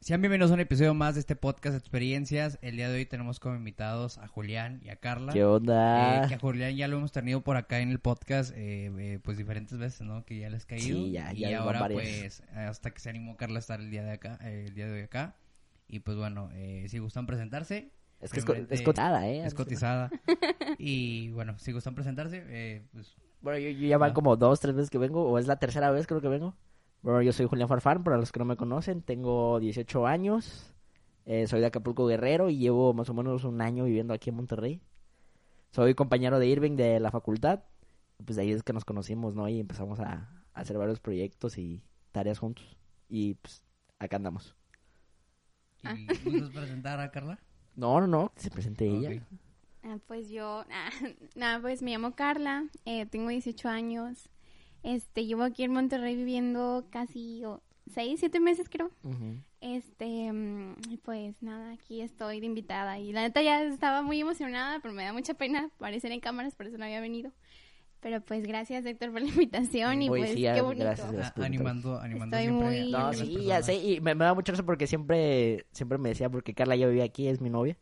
Sean bienvenidos a un episodio más de este podcast de Experiencias. El día de hoy tenemos como invitados a Julián y a Carla. ¿Qué onda? Eh, que a Julián ya lo hemos tenido por acá en el podcast, eh, eh, pues diferentes veces, ¿no? Que ya les ha caído. Sí, ya- y ya van ahora, varias. pues, hasta que se animó Carla a estar el día de acá, eh, el día de hoy acá. Y pues bueno, eh, si gustan presentarse. Es que es, co- primeramente, es cotada, ¿eh? Es cotizada. y bueno, si gustan presentarse, eh, pues Bueno, yo, yo ya van Ah. como dos, tres veces que vengo, o es la tercera vez creo que vengo. Bueno, yo soy Julián Farfán, para los que no me conocen, tengo 18 años, eh, soy de Acapulco Guerrero y llevo más o menos un año viviendo aquí en Monterrey. Soy compañero de Irving de la facultad, y pues de ahí es que nos conocimos, ¿no? Y empezamos a, a hacer varios proyectos y tareas juntos. Y pues acá andamos. Ah. ¿y ¿gustas presentar a Carla? No, no, no, que se presente ella. Ok. Ah, pues yo, ah, nada, pues me llamo Carla, eh, tengo 18 años, este, llevo aquí en Monterrey viviendo casi 6, 7 meses creo, Ujú. este, mm, pues nada, aquí estoy de invitada y la neta ya estaba muy emocionada, pero me da mucha pena aparecer en cámaras, por eso no había venido, pero pues gracias Héctor por la invitación y Oye, pues sí, ah, qué bonito. gracias. Ah, por animando, animando Estoy siempre muy- a No, que las sí, ya personas- sé, y me, me da mucha risa porque siempre, siempre me decía, porque Carla ya vivía aquí, es mi novia,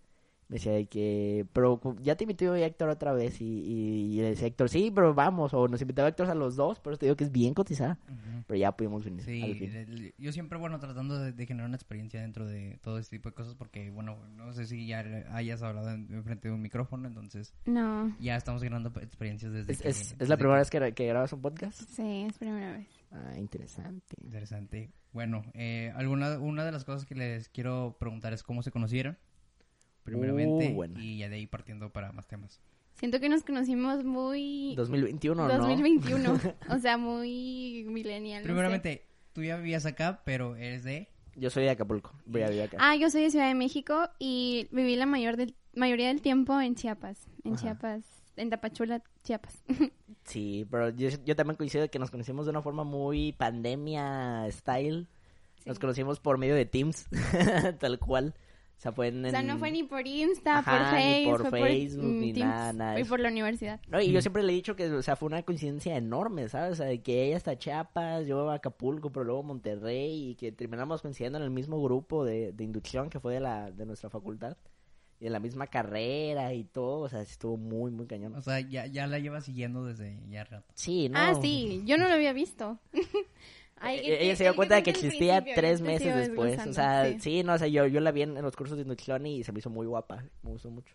me decía de que, pero cu- ya te invitó Héctor otra vez, y, y, y le decía Héctor, sí, pero vamos, o nos invitaba Héctor a los dos, pero te digo que es bien cotizada, Ujú. pero ya pudimos venir al Sí, fin. le- le- yo siempre, bueno, tratando de, de generar una experiencia dentro de todo este tipo de cosas, porque, bueno, no sé si ya le- hayas hablado en, en frente de un micrófono, entonces No, ya estamos generando experiencias desde Es, que- es- es desde la que- primera vez que, gra- que grabas un podcast. sí, es primera vez. Ah, interesante. Interesante. Bueno, eh, alguna una de las cosas que les quiero preguntar es cómo se conocieron, primeramente, Uh, buena. y ya de ahí partiendo para más temas. Siento que nos conocimos muy... 2021, ¿no? 2021, o sea, muy millennial. no sé. primeramente, tú ya vivías acá, pero eres de... Yo soy de Acapulco, voy a vivir acá. Ah, yo soy de Ciudad de México y viví la mayor del- mayoría del tiempo en Chiapas, en Ajá. Chiapas, en Tapachula, Chiapas. Sí, pero yo, yo también coincido que nos conocimos de una forma muy pandemia style. Nos Sí. conocimos por medio de Teams, tal cual. O sea, fue en... O sea, no en- fue ni por Insta, por Ajá, ni Face, por fue Facebook, mm, ni Teams, nada, nada de y eso. por la universidad. No, y yo siempre le he dicho que, o sea, fue una coincidencia enorme, ¿sabes? O sea, de que ella está Chiapas, yo a Acapulco, pero luego Monterrey, y que terminamos coincidiendo en el mismo grupo de, de inducción que fue de, la, de nuestra facultad, y en la misma carrera y todo, o sea, estuvo muy, muy O cañón. sea, ya, ya la llevas siguiendo desde ya rato. Sí, ¿no? Ah, sí, yo no lo había visto. Eh, Alguien eh, Ella se alguien dio cuenta de que desde el existía principio, tres ahorita meses sigo después. O desglosando, sea, sí. sí. no, o sea, yo, yo la vi en, en los cursos de inducción y se me hizo muy guapa. Me gustó mucho.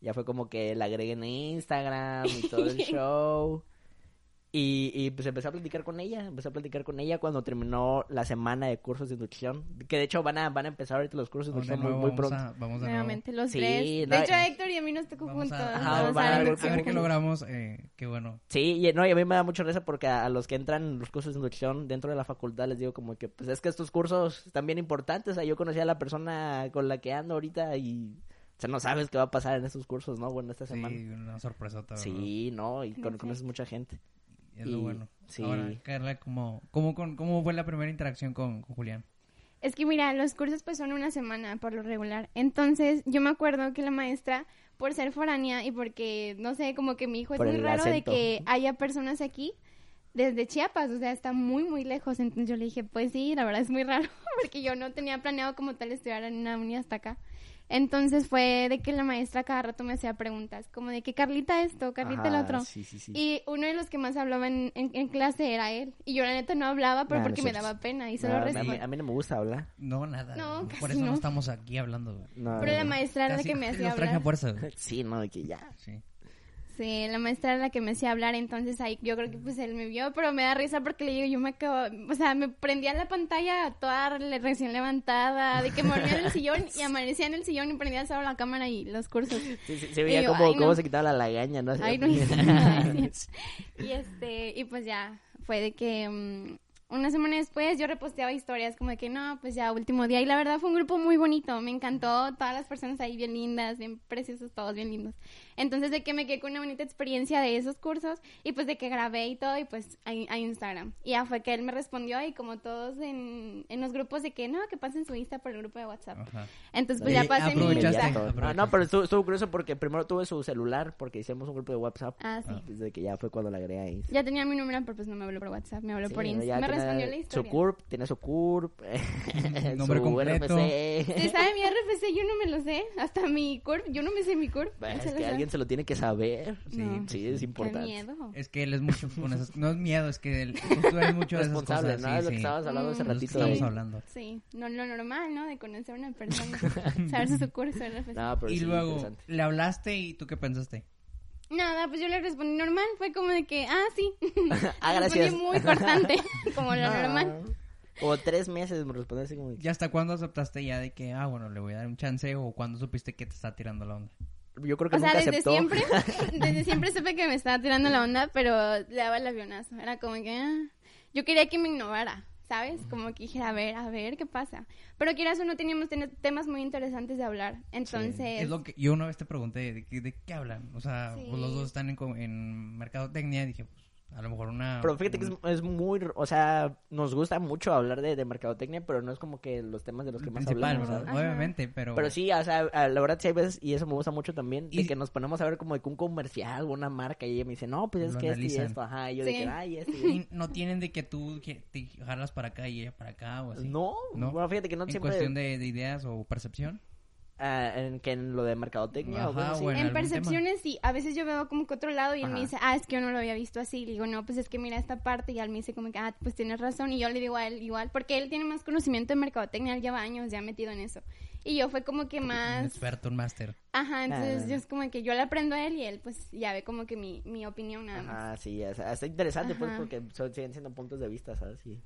Ya fue como que la agregué en Instagram y todo el show. Y, y pues empecé a platicar con ella. Empecé a platicar con ella cuando terminó la semana de cursos de inducción. Que de hecho van a, van a empezar ahorita los cursos de Oh, de inducción muy, nuevo, muy vamos pronto. a- vamos de nuevo. Nuevamente, los Sí, tres. no, de hecho, eh, Héctor y a mí nos tocó Vamos juntos. a, Ajá, vamos a, van a- a ver, ver a ver qué cómo- logramos. eh, qué bueno. Sí, y, no, y a mí me da mucha risa porque a, a los que entran en los cursos de inducción dentro de la facultad les digo como que, pues es que estos cursos están bien importantes. O sea, yo conocí a la persona con la que ando ahorita y, o sea, no sabes qué va a pasar en estos cursos, ¿no? Bueno, esta Sí, semana. una sorpresota. ¿verdad? Sí, no, y con, Ujú. conoces mucha gente. Es lo y- bueno. sí. Ahora, Carla, ¿cómo, cómo, con- cómo fue la primera interacción con, con Julián? Es que mira, los cursos pues son una semana por lo regular. Entonces, yo me acuerdo que la maestra, por ser foránea y porque, no sé, como que mi hijo es Por muy el raro acento. de que haya personas aquí desde Chiapas, o sea, está muy, muy lejos. Entonces yo le dije, pues sí, la verdad es muy raro, porque yo no tenía planeado como tal estudiar en una uni hasta acá. Entonces fue de que la maestra cada rato me hacía preguntas, como de que Carlita esto, Carlita el Ajá, otro. Ah, Sí, sí, sí. Y uno de los que más hablaba en, en- en clase era él. Y yo la neta no hablaba, pero Nah, no porque es me cierto. daba pena y No, solo a, mí, respondía. a mí no me gusta hablar. No, nada. No, güey. casi Por eso no no. estamos aquí hablando. güey. No, Pero la no. maestra era la Casi que me hacía los traje a hablar. fuerza. güey. Sí, no, de que ya. Sí. Sí, la maestra era la que me hacía hablar, entonces ahí yo creo que pues él me vio, pero me da risa porque le digo, yo me acabo, o sea, me prendía la pantalla toda le- recién levantada, de que me volvía en el sillón y amanecía en el sillón y prendía solo la cámara y los cursos. Sí, sí, se veía Y yo, como, ay, no. cómo se quitaba la lagaña, ¿no? Ay, no hice nada, es Y este, y pues ya, fue de que mm, una semana después yo reposteaba historias como de que no, pues ya último día. Y la verdad fue un grupo muy bonito, me encantó, todas las personas ahí bien lindas, bien preciosos, todos bien lindos. Entonces de que me quedé con una bonita experiencia de esos cursos y pues de que grabé y todo y pues a, a Instagram. Y ya fue que él me respondió y como todos en, en los grupos de que no, que pasen su Insta por el grupo de WhatsApp. Ajá. Entonces pues Y ya pasé mi Ah. aprovechaste. mensaje. No, Ah, no, pero estuvo, estuvo curioso porque primero tuve su celular porque hicimos un grupo de WhatsApp. Ah, sí. Desde que ya fue cuando la agregué ahí. Ya tenía mi número, pero pues no me habló por WhatsApp, me habló Sí, por ¿no? Insta. Ya Me tenías respondió la Su historia. CURP, tiene su CURP, Nombre su completo. ¿Se RFC. sabe mi RFC? Yo no me lo sé. Hasta mi CURP. Yo no me sé mi CURP. Bah, ¿Se Es lo que sabe? alguien se lo tiene que saber. Sí, No. Sí, es Qué importante. miedo. Es que él es mucho con esas... No es miedo, es que él, tú eres mucho de esas Responsable, cosas. ¿no? sí, Es lo que sí. estabas hablando hace Mm, ratito. Estamos de- hablando. Sí, no lo normal, ¿no? De conocer a una persona, saber su curso de RFC. No, pero Y sí, luego, interesante. le hablaste y tú qué pensaste. Nada, pues yo le respondí normal, fue como de que, ah, sí. Ah, Le gracias. Respondí muy cortante, como lo Ah. normal. O tres meses me respondió así como... ¿Y hasta cuándo aceptaste ya de que, ah, bueno, le voy a dar un chance? ¿O cuándo supiste que te está tirando la onda? Yo creo que O sea, nunca desde aceptó. siempre, desde siempre supe que me estaba tirando la onda, pero le daba el avionazo. Era como que, ah. yo quería que me ignorara, ¿sabes? Como que dijera, a ver, a ver, ¿qué pasa? Pero quieras o no, teníamos ten- temas muy interesantes de hablar. Entonces, Es lo que yo una vez te pregunté, ¿de qué, de qué hablan? O sea, Sí. pues los dos están en, co- en mercadotecnia. Dije, pues, a lo mejor una... Pero fíjate que es, un- es muy... O sea, nos gusta mucho hablar de, de mercadotecnia, pero no es como que los temas de los que el más principal, hablamos. ¿verdad? ¿sabes? Ajá. Obviamente, pero... Pero sí, o sea, a- la verdad sí hay veces, y eso me gusta mucho también, de Y- que nos ponemos a ver como de que un comercial o una marca y ella me dice, no, pues es Lo que esto y analizan. esto, ajá, y yo de Sí. que, ay, esto y Y no tienen de que tú que te jalas para acá y ella para acá o esto". así. No, pues No. bueno, fíjate que no en siempre... cuestión de, de ideas o percepción. ah, en, que en lo de mercadotecnia Ajá, o cosas así. bueno. en en algún tema. percepciones sí, a veces yo veo como que otro lado y él Ajá. me dice, ah, es que yo no lo había visto así, le digo, no, pues es que mira esta parte y él me dice como que, ah, pues tienes razón y yo le digo a él igual, porque él tiene más conocimiento de mercadotecnia, él lleva años ya metido en eso. Y yo fue como que Un más, experto, un máster. ajá, entonces Ah. yo es como que yo le aprendo a él y él pues ya ve como que mi, mi opinión nada más. Ajá, sí, o sea, está interesante pues Ajá. porque son- siguen siendo puntos de vista, ¿sabes? Sí.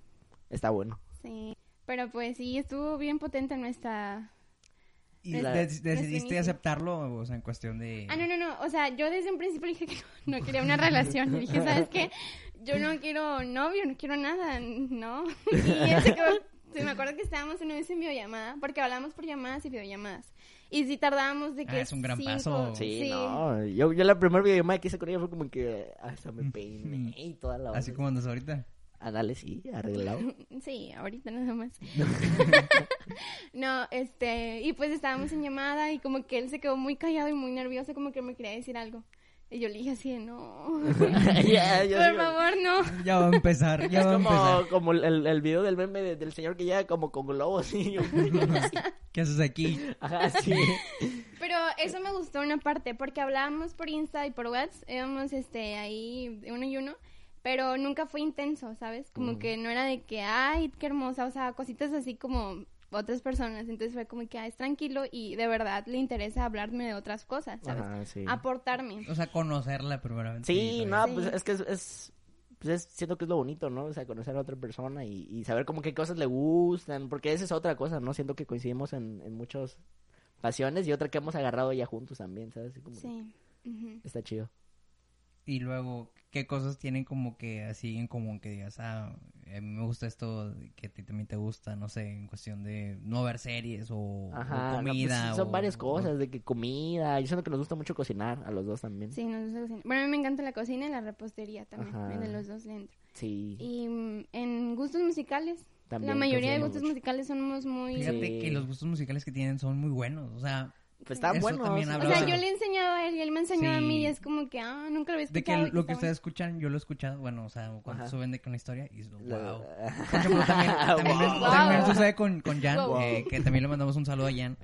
Está bueno. Sí, pero pues sí, estuvo bien potente nuestra... ¿Y Desde- de- desde decidiste inicio. aceptarlo o sea, en cuestión de...? Ah, no, no, no, o sea, yo desde un principio le dije que no, no quería una relación, le dije, ¿sabes qué? Yo no quiero novio, no quiero nada, no. Y él se quedó- sí, me acuerdo que estábamos una vez en videollamada, porque hablábamos por llamadas y videollamadas. Y sí tardábamos de que Ah, es un gran cinco- paso. Sí, no. Yo, yo la primera videollamada que hice con ella fue como que hasta me peiné y toda la Así como andas ahorita. Ándale, sí, arreglado. Sí, ahorita nada más. no, este, y pues estábamos en llamada y como que él se quedó muy callado y muy nervioso, como que me quería decir algo. Y yo le dije así, de, no, Ya, yo por digo- favor, no. Ya va a empezar, ya Es va a empezar. como, como el, el video del meme de- del señor que llega como con globos y yo- ¿Qué haces aquí? Ajá, sí. Pero eso me gustó una parte, porque hablábamos por Insta y por WhatsApp, íbamos este, ahí de uno y uno, pero nunca fue intenso, ¿sabes? Mm. Como que no era de que, ay, qué hermosa, o sea, cositas así como otras personas, entonces fue como que, ah, es tranquilo y de verdad le interesa hablarme de otras cosas, ¿sabes? Ah, Ajá, sí. Ah, Ah, Aportarme. O sea, conocerla primeramente. Sí, y no, Sí. pues es que es... es- pues es- siento que es lo bonito, ¿no? O sea, conocer a otra persona y, y saber como qué cosas le gustan, porque esa es otra cosa, ¿no? Siento que coincidimos en, en muchas pasiones y otra que hemos agarrado ya juntos también, ¿sabes? Así como- Sí. ujú. Está chido. Y luego, ¿qué cosas tienen como que así en común que digas, ah, a mí me gusta esto, que a ti también te gusta, no sé, en cuestión de no ver series o, o Ajá, no, pues sí, comida? son o- varias o- cosas, de que comida, yo siento que nos gusta mucho cocinar a los dos también. Sí, nos gusta cocinar. Bueno, a mí me encanta la cocina y la repostería también, Ajá. de los dos le entro. Sí. Y mm, en gustos musicales, También la mayoría de coincidimos gustos mucho. musicales somos muy... Fíjate Sí. que los gustos musicales que tienen son muy buenos, o sea, Pues están Eso buenos. también O habla- sea, yo le enseñaba a él y él me enseñaba a mí Sí. y es como que, ah, nunca lo había de que escuchado. y lo que está ustedes escuchan, yo lo he escuchado, bueno, o sea, cuando Ajá. suben de que una historia, y es, wow. La- Por ejemplo, también, también, me- Wow. también me sucede con, con Jan, eh, Wow. que, que también le mandamos un saludo a Jan.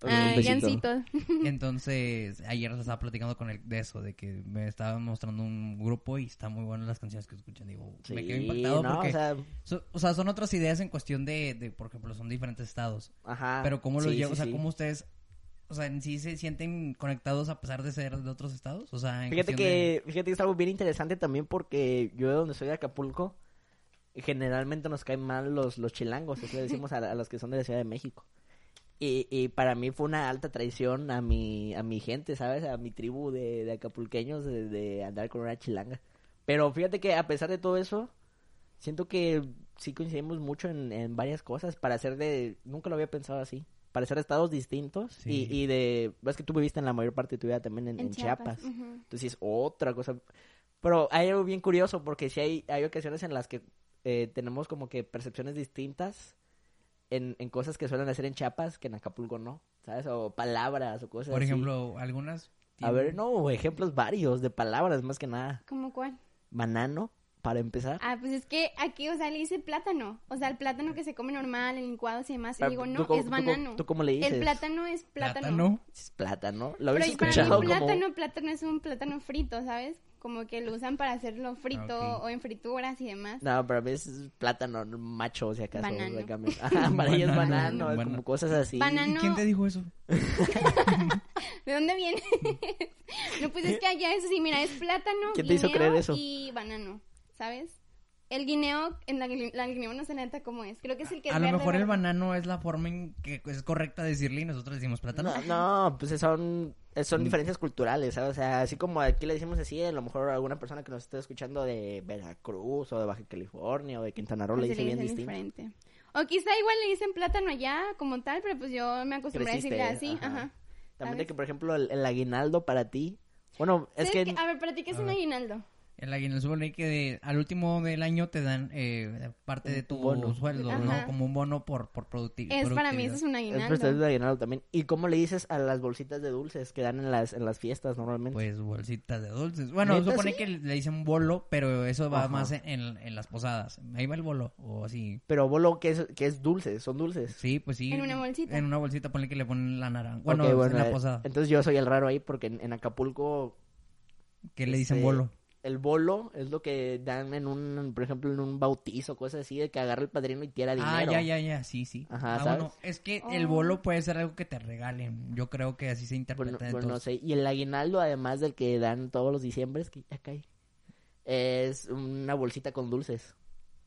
bueno. Ah, Un besito. Jancito. Entonces, ayer estaba platicando con él de eso, de que me estaba mostrando un grupo y está muy buenas las canciones que escuchan. Digo, Sí, me quedé impactado no, porque. o sea, so- o sea, son otras ideas en cuestión de, de, por ejemplo, son diferentes estados. ajá. pero cómo los Ah, Sí, llevo, sí, o sea, sí. cómo ustedes. O sea, en sí se sienten conectados a pesar de ser de otros estados. O sea, en Fíjate cuestión de- que, fíjate que es algo bien interesante también porque yo de donde soy de Acapulco, generalmente nos caen mal los, los chilangos, eso le decimos a, a los que son de la Ciudad de México. Y, y para mí fue una alta traición a mi, a mi gente, ¿sabes? A mi tribu de, de acapulqueños de, de andar con una chilanga. Pero fíjate que a pesar de todo eso, siento que sí coincidimos mucho en, en varias cosas para ser de... Nunca lo había pensado así. Para ser estados distintos Sí. y, y de... Ves que tú viviste en la mayor parte de tu vida también en, En en Chiapas. Chiapas, ujú. Entonces, otra cosa. Pero hay algo bien curioso porque sí hay, hay ocasiones en las que eh, tenemos como que percepciones distintas en, en cosas que suelen hacer en Chiapas que en Acapulco no, ¿sabes? O palabras o cosas por así. ejemplo, algunas. A ver, tienen- no, ejemplos varios de palabras más que nada. ¿Cómo cuál? Banano, para empezar. Ah, pues es que aquí, o sea, le dice plátano. O sea, el plátano que se come normal, en licuados y demás. Y Ah, digo, ¿tú no, cómo- es tú cómo- banano. ¿Tú cómo le dices? El plátano es plátano. Plátano. Es plátano. Lo Pero habéis y para escuchado mí, como... plátano, plátano es un plátano frito, ¿sabes? Como que lo usan para hacerlo frito Ah, ok. o en frituras y demás. No, para mí es plátano macho, si acaso. Banano. de cambio. Ajá, para ella es Banano. banano, Banano. como cosas así. Banano. ¿Y quién te dijo eso? ¿De dónde viene? no, pues es que allá es así, mira, es plátano, ¿Quién te hizo guineo creer eso? y banano, ¿sabes? El guineo, en la, guil- la guineo no sé neta cómo es, creo que es el que es A lo verde, mejor el verde. banano es la forma en que es correcta decirle y nosotros decimos plátano. No, no, pues son, son diferencias culturales, ¿sabes? O sea, así como aquí le decimos así, a lo mejor alguna persona que nos esté escuchando de Veracruz o de Baja California o de Quintana Roo Pues le dice sí le bien dicen distinto. diferente. O quizá igual le dicen plátano allá como tal, pero pues yo me acostumbré a decirle Creciste, así, ajá. ajá. También de ¿sabes? que, por ejemplo, el, el aguinaldo para ti. Bueno, es que, ¿Sabes qué? A ver, ¿para ti qué es A un ver. aguinaldo? El aguinaldo supone que de- al último del año te dan eh, parte de tu Un bono. sueldo, Ajá. ¿no? Como un bono por, por producti- Es para productividad. mí, eso es es un aguinaldo. prestado de aguinaldo también. ¿Y cómo le dices a las bolsitas de dulces que dan en las, en las fiestas normalmente? Pues bolsitas de dulces. Bueno, ¿Neta, supone sí? que le dicen bolo, pero eso va Ajá. más en, en- en las posadas. Ahí va el bolo, o así. Pero bolo, que es, que es dulces? Son dulces. Sí, pues sí. En una bolsita. En una bolsita, ponle que le ponen la naranja. Bueno, Ok, en la eh, posada. Entonces yo soy el raro ahí porque en, en Acapulco Que le dicen este, bolo. El bolo es lo que dan en un, por ejemplo, en un bautizo, cosas así, de que agarra el padrino y tira dinero. Ah, ya, ya, ya, sí, sí. Ajá, ah, ¿sabes? bueno, es que Oh. el bolo puede ser algo que te regalen. Yo creo que así se Pues no, interpreta. pues no entonces. sé. Y el aguinaldo, además del que dan todos los diciembres, que ya cae, es una bolsita con dulces.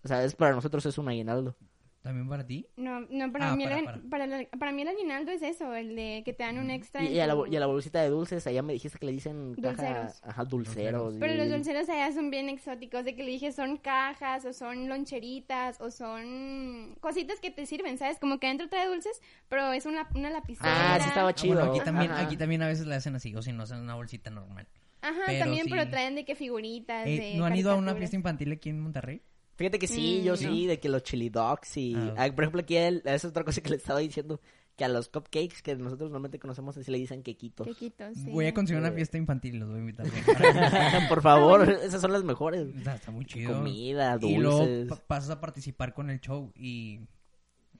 O sea, es, para nosotros es un aguinaldo. ¿También para ti? No, no, para, Ah, mí para, el, para. Mm. para. la- para mí el aguinaldo es eso, el de que te dan un extra. Y, en y a la, tu- bol- y a la bolsita de dulces, allá me dijiste que le dicen caja, Dulceros. ajá, dulceros. Pero y- los dulceros allá son bien exóticos, de que le dije son cajas o son loncheritas o son cositas que te sirven, ¿sabes? Como que adentro trae dulces, pero es una, una lapicera. Ah, sí estaba Ah, bueno, chido. aquí también, Ajá. aquí también a veces le hacen así, o si no, hacen una bolsita normal. Ajá, pero también, sí. pero traen de que figuritas. Eh, de ¿No han ido a una Ah, caricaturas. fiesta infantil aquí en Monterrey? Fíjate que sí, Mm, yo no. sí, de que los chili dogs y... Ah. ah, por ejemplo, aquí el- esa es otra cosa que le estaba diciendo, que a los cupcakes que nosotros normalmente conocemos así le dicen quequitos. Quequitos, Ah, sí. Voy a conseguir una Sí. fiesta infantil, los voy a invitar. por favor, esas son las mejores. Está, está muy chido. Comida, Y luego dulces. pa- pasas a participar con el show y...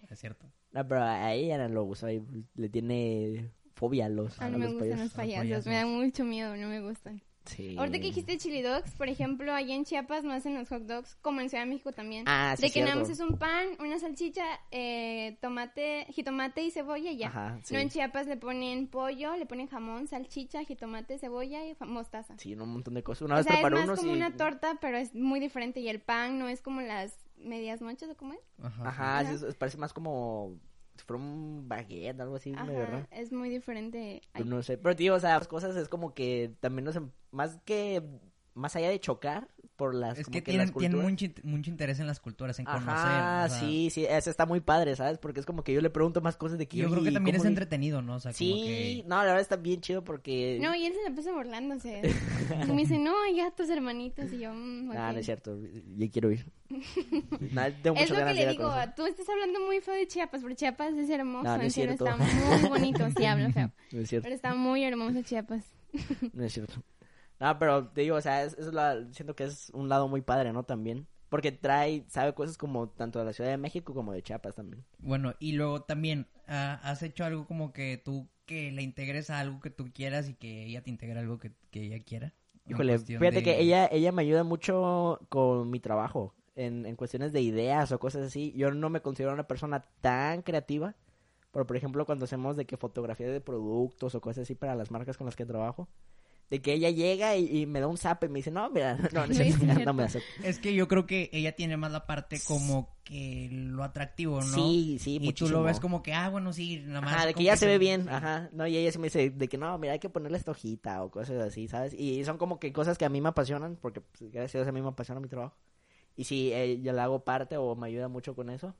Es cierto. No, pero ahí ya no lo usa, ahí le tiene fobia a los, Ah, a no me los gustan los payasos. payasos. payasos, me dan mucho miedo, no me gustan. Sí. Ahorita que dijiste chili dogs, por ejemplo, allá en Chiapas no hacen los hot dogs, como en Ciudad de México también. Ah, sí, de que nada cierto. más es un pan, una salchicha, eh, tomate, jitomate y cebolla y ya. Ajá, sí. No, en Chiapas le ponen pollo, le ponen jamón, salchicha, jitomate, cebolla y fa- mostaza. Sí, un montón de cosas. Una o vez sea, es preparó más unos como y- una torta, pero es muy diferente. Y el pan no es como las medias noches, ¿o cómo es? Ajá. Ajá, Ajá. sí, es- parece más como si fuera un baguette, algo así, medio raro. Ajá, es muy diferente. Pues ahí. No sé, pero tío, o sea, las cosas es como que también nos... em- Más que... Más allá de chocar por las... Es como que, las tienen, tienen culturas. mucho, int- mucho interés en las culturas, en conocer. Ajá, o sea, sí, sí, eso está muy padre, ¿sabes? Porque es como que yo le pregunto más cosas de que... Yo creo que "Oye, también es ¿cómo le-?" entretenido, ¿no? O sea, como Sí, que... no, la verdad está bien chido porque... No, y él se la puso burlándose. Y me dice, no, allá tus hermanitos. Y yo, mm, Ah, ok. no es cierto, yo quiero ir. Nada, tengo Es muchas lo que ganas de ir le a digo, conocer. tú estás hablando muy feo de Chiapas, pero Chiapas es hermoso, No, no en es serio, cierto. está muy bonito, sí hablo feo, No es cierto, pero está muy hermoso Chiapas. no es cierto. No, pero te digo, o sea, es, es la- siento que es un lado muy padre, ¿no? También. Porque trae, sabe cosas como tanto de la Ciudad de México como de Chiapas también. Bueno, y luego también, ah, ¿has hecho algo como que tú que le integres a algo que tú quieras y que ella te integre a algo que, que ella quiera? En Híjole, cuestión fíjate de- que ella, ella me ayuda mucho con mi trabajo, en, en cuestiones de ideas o cosas así. Yo no me considero una persona tan creativa, pero por ejemplo cuando hacemos de que fotografía de productos o cosas así para las marcas con las que trabajo, de que ella llega y, y me da un zap y me dice, no, mira, no, no, es Sí, cierto, es no, cierto. me da zap". Es que yo creo que ella tiene más la parte como que lo atractivo, ¿no? Sí, sí, Y muchísimo. tú lo ves como que, ah, bueno, sí, nada más. Ajá, de como que ya se ve sí. bien, ajá. No, y ella sí me dice de que no, mira, hay que ponerle esta hojita o cosas así, ¿sabes? Y son como que cosas que a mí me apasionan, porque pues, gracias a Dios a mí me apasiona mi trabajo. Y sí, eh, yo la hago parte o me ayuda mucho con eso.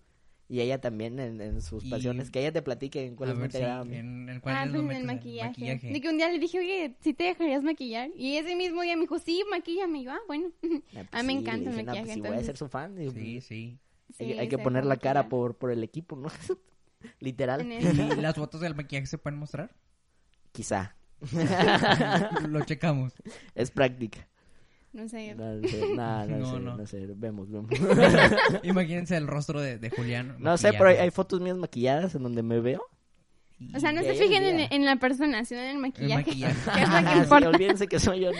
Y ella también en, en sus Y- pasiones, que ella te platique A en cuáles me ver, te sí, agradan. en, en Ah, cuáles pues lo en metes, el maquillaje. De que un día le dije, oye, ¿sí te dejarías maquillar? Y ese mismo día me dijo, sí, maquillame, y yo, ah, bueno. Ah, pues Ah, me sí, encanta el dije, no, maquillaje, pues, si voy a entonces. ser su fan, y- pues, Sí, sí. hay, Sí, hay que se poner dejó la cara pues, maquillar. por, por el equipo, ¿no? Literal, En ¿Y el- las fotos del maquillaje se pueden mostrar? quizá. lo checamos. Es práctica. no sé. No, no sé, no, no, No, sé, no. no sé, vemos, vemos. Imagínense el rostro de, de Julián. No sé, maquillado. pero hay, hay fotos mías maquilladas en donde me veo. O sea, no se Verga. fijen en, en la persona, sino en el El maquillaje. maquillaje. Que es lo que Sí, importa. olvídense que soy yo.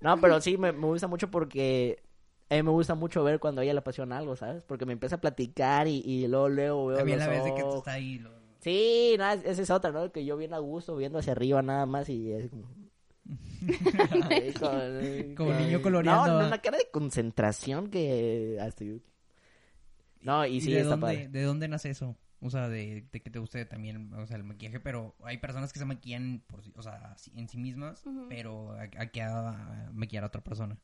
No, pero sí, me, me gusta mucho porque... A mí me gusta mucho ver cuando a ella le apasiona algo, ¿sabes? Porque me empieza a platicar y, y luego, luego veo También los la vez de que tú ojos. estás ahí. lo- Sí, nada, esa es otra, ¿no? Que yo bien a gusto, viendo hacia arriba nada más y es como... Ahí con- Como con- niño coloreando, No, no, ¿va? una cara de concentración que... Hasta yo- No, y sí, de, está dónde, padre. ¿De dónde nace eso? O sea, de, de que te guste también, o sea, el maquillaje, pero hay personas que se maquillan, por, sí- o sea, así- en sí mismas, Ujú. pero a, a que a- a maquillar a otra persona.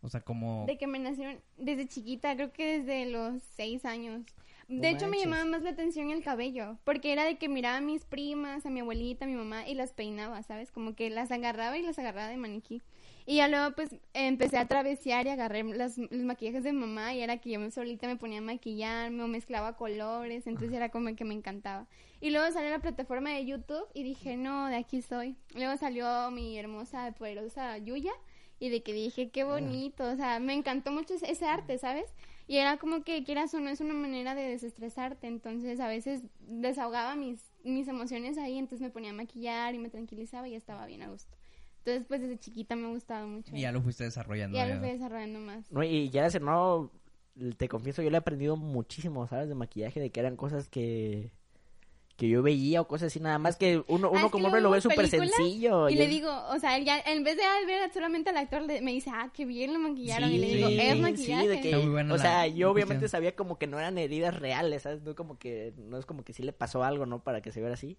O sea, como... De que me nacieron desde chiquita, creo que desde los seis años. De No hecho, me manches. llamaba más la atención el cabello, porque era de que miraba a mis primas, a mi abuelita, a mi mamá, y las peinaba, ¿sabes? Como que las agarraba y las agarraba de maniquí. Y ya luego, pues, empecé a travesear y agarré las, los maquillajes de mamá, y era que yo solita me ponía a maquillarme o mezclaba colores, entonces era como que me encantaba. Y luego salió la plataforma de YouTube y dije, no, de aquí soy. Luego salió mi hermosa, poderosa Yuya y de que dije, Ah. qué bonito, o sea, me encantó mucho ese, ese arte, ¿sabes? Y era como que quieras o no, es una manera de desestresarte, entonces a veces desahogaba mis, mis emociones ahí, entonces me ponía a maquillar y me tranquilizaba y ya estaba bien a gusto. Entonces, pues desde chiquita me ha gustado mucho. Y ya eso. lo fuiste desarrollando. Ya lo ¿verdad? fui desarrollando más. No, y ya ese no, te confieso, yo le he aprendido muchísimo, ¿sabes? De maquillaje, de que eran cosas que... Que yo veía o cosas así, nada más que uno, Ah, uno es como que hombre lo luego ve vemos súper películas sencillo. Y y le es- digo, o sea, él ya, en vez de ver solamente al actor, le- me dice, ah, qué bien lo maquillaron. y le digo, Sí, es sí, maquillaje. de que- Está muy buena o la- sea, la yo obviamente cuestión. sabía como que no eran heridas reales, ¿sabes? No como que no es como que sí le pasó algo, ¿no? Para que se viera así.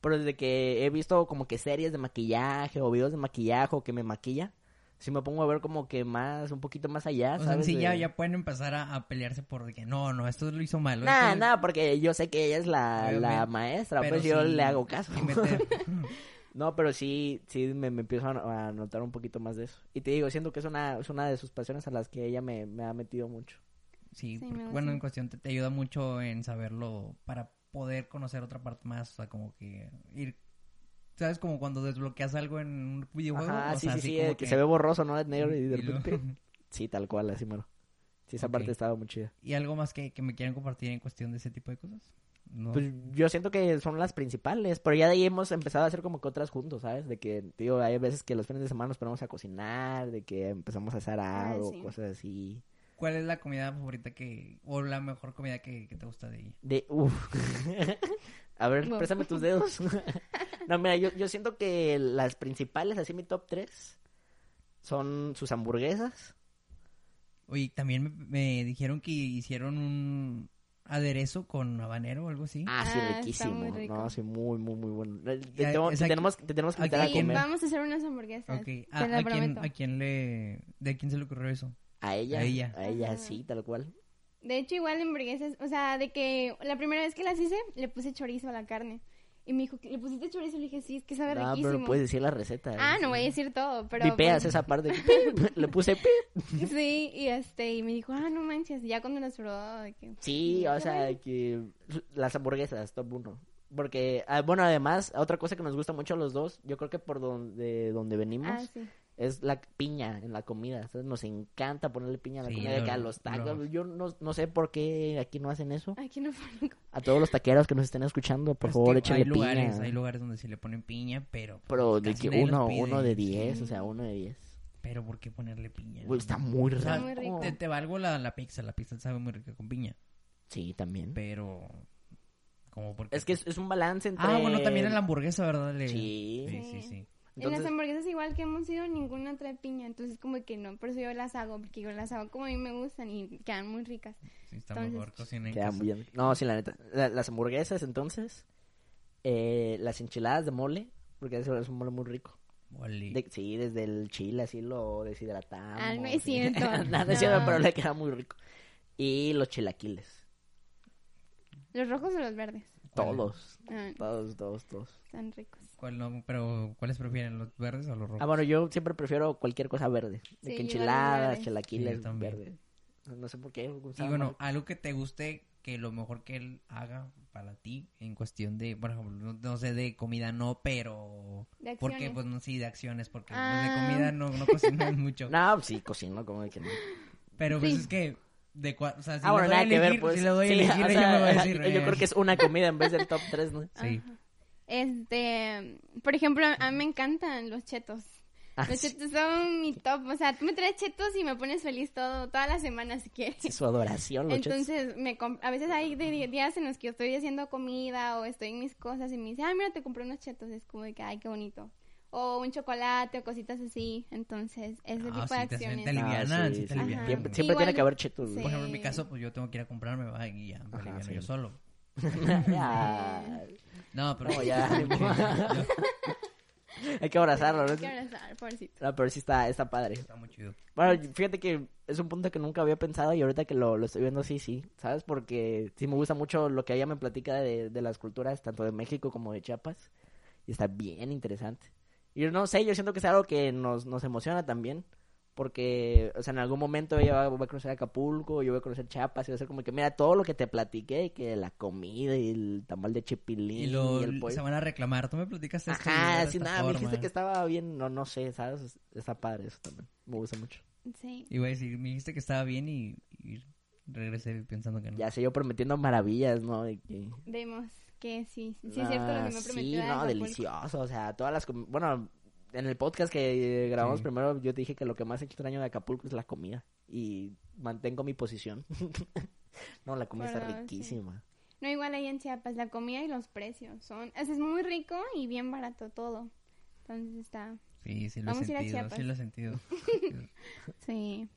Pero desde que he visto como que series de maquillaje o videos de maquillaje o que me maquilla, sí me pongo a ver como que más, un poquito más O sea, allá, en Ah, ¿sabes? sí De- ya, ya pueden empezar a, a pelearse por de que no, no, esto lo hizo mal. Nah, esto- nah, porque yo sé que ella es la, la Obviamente, maestra, pero pues yo sí, le hago caso. y meter- No, pero sí, sí me, me empiezo a, a notar un poquito más de eso. Y te digo, siento que es una, es una de sus pasiones a las que ella me, me ha metido mucho. Sí, Sí, me porque, gusta bueno, en mucho. cuestión te, te ayuda mucho en saberlo para poder conocer otra parte más, o sea, como que ir, ¿sabes? Como cuando desbloqueas algo en un videojuego. Ajá, o sí, sea, sí, así sí, como eh, que se ve borroso, ¿no? Es negro y de y lo- repente... Sí, tal cual, así mero. Sí, esa Ok. parte estaba muy chida. ¿Y algo más que, que me quieran compartir en cuestión de ese tipo de cosas? No. Pues yo siento que son las principales, pero ya de ahí hemos empezado a hacer como que otras juntos, ¿sabes? De que, tío, hay veces que los fines de semana nos ponemos a cocinar, de que empezamos a hacer Ah, algo, sí. cosas así. ¿Cuál es la comida favorita que, o la mejor comida que, que te gusta de ella? De, uff. a ver, Wow. préstame tus dedos. no, mira, yo, yo siento que las principales, así mi top 3, son sus hamburguesas. Oye, también me, me dijeron que hicieron un aderezo con habanero o algo así. Ah, sí, Ah, está riquísimo. muy rico. No, sí, muy, muy, muy bueno. Eh, Te, Ya, tengo- te es aquí- tenemos, te tenemos que aquí invitar a en- comer. vamos a hacer unas hamburguesas. Ok. Te Ah, lo ¿a, quién, prometo. ¿A quién le... ¿De quién se le ocurrió eso? A ella. A ella. A ella, Ajá. sí, tal cual. De hecho, igual hamburguesas, o sea, de que la primera vez que las hice, le puse chorizo a la carne. Y me dijo, ¿le pusiste chorizo? Le dije, sí, es que sabe no, riquísimo. pero puedes decir la receta. eh. Ah, no voy a decir todo, pero... Pipeas pues, esa parte. Pip, Le puse pip. Sí, y este, y me dijo, ah, no manches, y ya cuando las probó, de que... Sí, o sea, que las hamburguesas, top uno. Porque, ah, bueno, además, otra cosa que nos gusta mucho a los dos, yo creo que por donde, donde venimos, Ah, sí. es la piña en la comida. ¿sabes? Nos encanta ponerle piña a la Sí, comida, de que a lo- los tacos. los- Yo no, no sé por qué aquí no hacen eso. Aquí no fue A todos los taqueros que nos estén escuchando, por Es favor, Pues que échenle hay lugares, piña. hay lugares donde sí le ponen piña, pero... Pero pues, de casi que nadie los uno, pide. uno de diez, o sea, uno de diez. Pero ¿por qué ponerle piña? Güey, está muy O sea, raro. muy rico. Te, te valgo la, la pizza, la pizza sabe muy rica con piña, Sí, también. pero... Como porque... ¿Mm? Es que es, es un balance entre... Ah, bueno, también en la hamburguesa, ¿verdad? Le- Sí. Sí, sí, sí. En Entonces- las hamburguesas igual que hemos ido, ninguna trae piña, entonces como que no, por eso yo las hago, porque yo las hago como a mí me gustan y quedan muy ricas. Sí, está Entonces- mejor cocinar en Queda casa. muy bien. No, sí, la neta. La- las hamburguesas, entonces. eh, las enchiladas de mole. Porque eso es un mole muy rico. Ole. De- sí, desde el chile así lo deshidratamos. Ah, no sí. es cierto. no, no es cierto, No. pero le queda muy rico. Y los chilaquiles. ¿Los rojos o los verdes? ¿Cuál- Todos. Ah, Todos, todos, todos. están ricos. ¿Cuál no? Pero, ¿cuáles prefieren? ¿Los verdes o los rojos? Ah, bueno, yo siempre prefiero cualquier cosa verde. De Sí, que igual los enchiladas, verdes. chilaquiles, Sí, yo también. verde. No sé por qué. me Y gustaba bueno, más. algo que te guste que lo mejor que él haga para ti en cuestión de, por ejemplo, no, no sé, de comida no, pero... De Porque, acciones. pues, no, sí, de acciones, porque pues, Ah. de comida no, no cocinan mucho. No, pues sí, cocino, como de que no. Pero, pues, Sí. es que... De cua- o sea, si ah, bueno, le doy a nada que ver, elegir, pues. si le doy a Sí, elegir, o ella sea, me va a decir, yo eh, creo que Ah, es una comida en vez del top 3, ¿no? Ah, Sí. Este, por ejemplo, a mí me encantan los chetos. Ah, Los sí, chetos son mi top. O sea, tú me traes chetos y me pones feliz todo, toda la semana si quieres. sí, su adoración, los chetos. Entonces, me comp- a veces hay de- de- días en los que yo estoy haciendo comida o estoy en mis cosas y me dice, ah, mira, te compré unos chetos. Es como de que, ay, qué bonito. O un chocolate o cositas así. Entonces, ese Ah, sí, tipo de te hacen acciones. te alivianan, Ah, sí, sí, te sí. alivianan, güey. Siempre, siempre Igual- tiene que haber Por chetos. güey. Sí. ejemplo, en mi caso, pues yo tengo que ir a comprarme, va, y ya, me Ajá, aliviano sí. yo solo. Ah, No, pero... No, ya, ni modo. Hay que abrazarlo, Hay que ¿no? abrazar, pobrecito. No, pero sí está, está padre. Está muy chido. Bueno, fíjate que es un punto que nunca había pensado y ahorita que lo, lo estoy viendo, sí, sí, ¿sabes? Porque sí me gusta mucho lo que ella me platica de, de las culturas, tanto de México como de Chiapas, y está bien interesante. Y yo no sé, yo siento que es algo que nos, nos emociona también, porque, o sea, en algún momento ella va, va a conocer Acapulco, yo voy a conocer Chiapas, y va a ser como que, mira, todo lo que te platiqué, y que la comida y el tamal de chipilín Y y, lo, el pollo. se van a reclamar. Tú me platicaste esto. y era Ajá, de sí, esta nada, me dijiste forma. que estaba bien, no, no sé, ¿sabes? Está padre eso también, me gusta mucho. Sí. Y voy a decir, me dijiste que estaba bien y, y regresé pensando que no. Ya sé, yo prometiendo maravillas, ¿no? De que... Vemos que sí. Sí, es cierto lo Ah, que me prometió. Sí, de no, Acapulco. delicioso. O sea, todas las. com- Bueno, en el podcast que eh, grabamos Sí. primero, yo te dije que lo que más extraño de Acapulco es la comida. Y mantengo mi posición. no, la comida está Por dos, riquísima. No, igual ahí en Chiapas, la comida y los precios son... Es, es muy rico y bien barato todo. Entonces está... Sí, sí lo he Vamos a ir a sentido. Chiapas. Sí lo he sentido. Pues, Sí.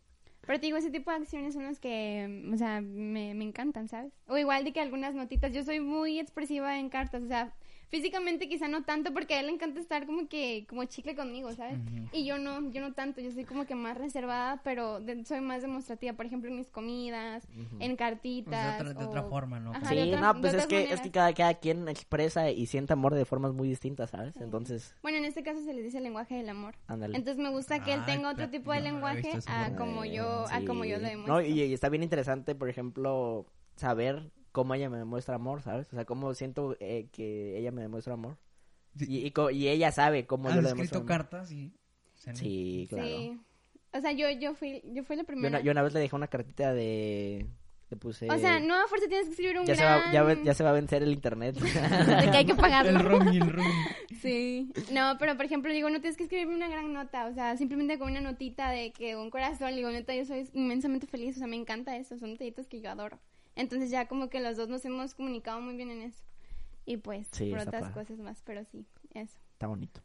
Pero te digo, ese tipo de acciones son las que, mm, o sea, me, me encantan, ¿sabes? O igual de que algunas notitas. Yo soy muy expresiva en cartas, o sea, físicamente quizá no tanto porque a él le encanta estar como que, como chicle conmigo, ¿sabes? Ujú. Y yo no, yo no tanto, yo soy como que más reservada, pero de- soy más demostrativa, por ejemplo, en mis comidas, en O sea, cartitas. otra- de o- otra forma, ¿no? Ajá, sí, de otra- no, de pues es otras que, es maneras. que cada, cada quien expresa y siente amor de formas muy distintas, ¿sabes? Sí. Entonces, Bueno, en este caso se les dice el lenguaje del amor. ándale. Entonces me gusta que él Ah, tenga otro claro, tipo de yo no lo había lenguaje visto de esa a manera. Ah, como yo, a Eh, Sí. como yo lo demuestro. No, y, y está bien interesante, por ejemplo, saber cómo ella me demuestra amor, ¿sabes? O sea, cómo siento eh, que ella me demuestra amor. Sí. Y, y co- y ella sabe cómo ¿Has yo le demuestro escrito ¿eh? amor. cartas? Sí. O sea, Sí, claro. Sí. O sea, yo, yo fui, yo fui la Yo, primera. una, yo una vez le dejé una cartita de... Le puse... O sea, no a fuerza tienes que escribir un ya, se gran... va, ya, ve- ya se va a vencer el internet. de que hay que El pagarlo. rum y el rum. Sí. No, pero por ejemplo, digo, no tienes que escribirme una gran nota. O sea, simplemente con una notita de que un corazón. Digo, neta, yo soy inmensamente feliz. O sea, me encanta eso. Son detallitos que yo adoro. Entonces ya como que los dos nos hemos comunicado muy bien en eso. Y pues, Sí, por está otras padre. cosas más. Pero sí, eso. está bonito.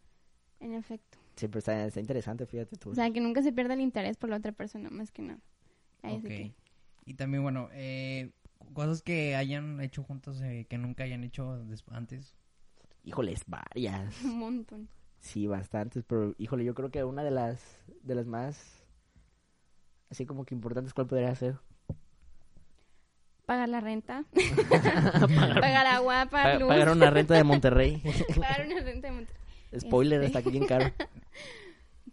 En efecto. Siempre está, está interesante, fíjate tú. O sea, que nunca se pierda el interés por la otra persona, más que nada. Ahí Ok. sí que- Y también, bueno, eh, cosas que hayan hecho juntos eh, que nunca hayan hecho des- antes. Híjoles, varias. Un montón. Sí, bastantes, pero híjole, yo creo que una de las de las más así como que importantes cuál podría ser. Pagar la renta. pagar, agua, pagar Pa- luz. pagar una renta de Monterrey. pagar una renta de Monterrey. Spoiler, Este. está aquí bien caro.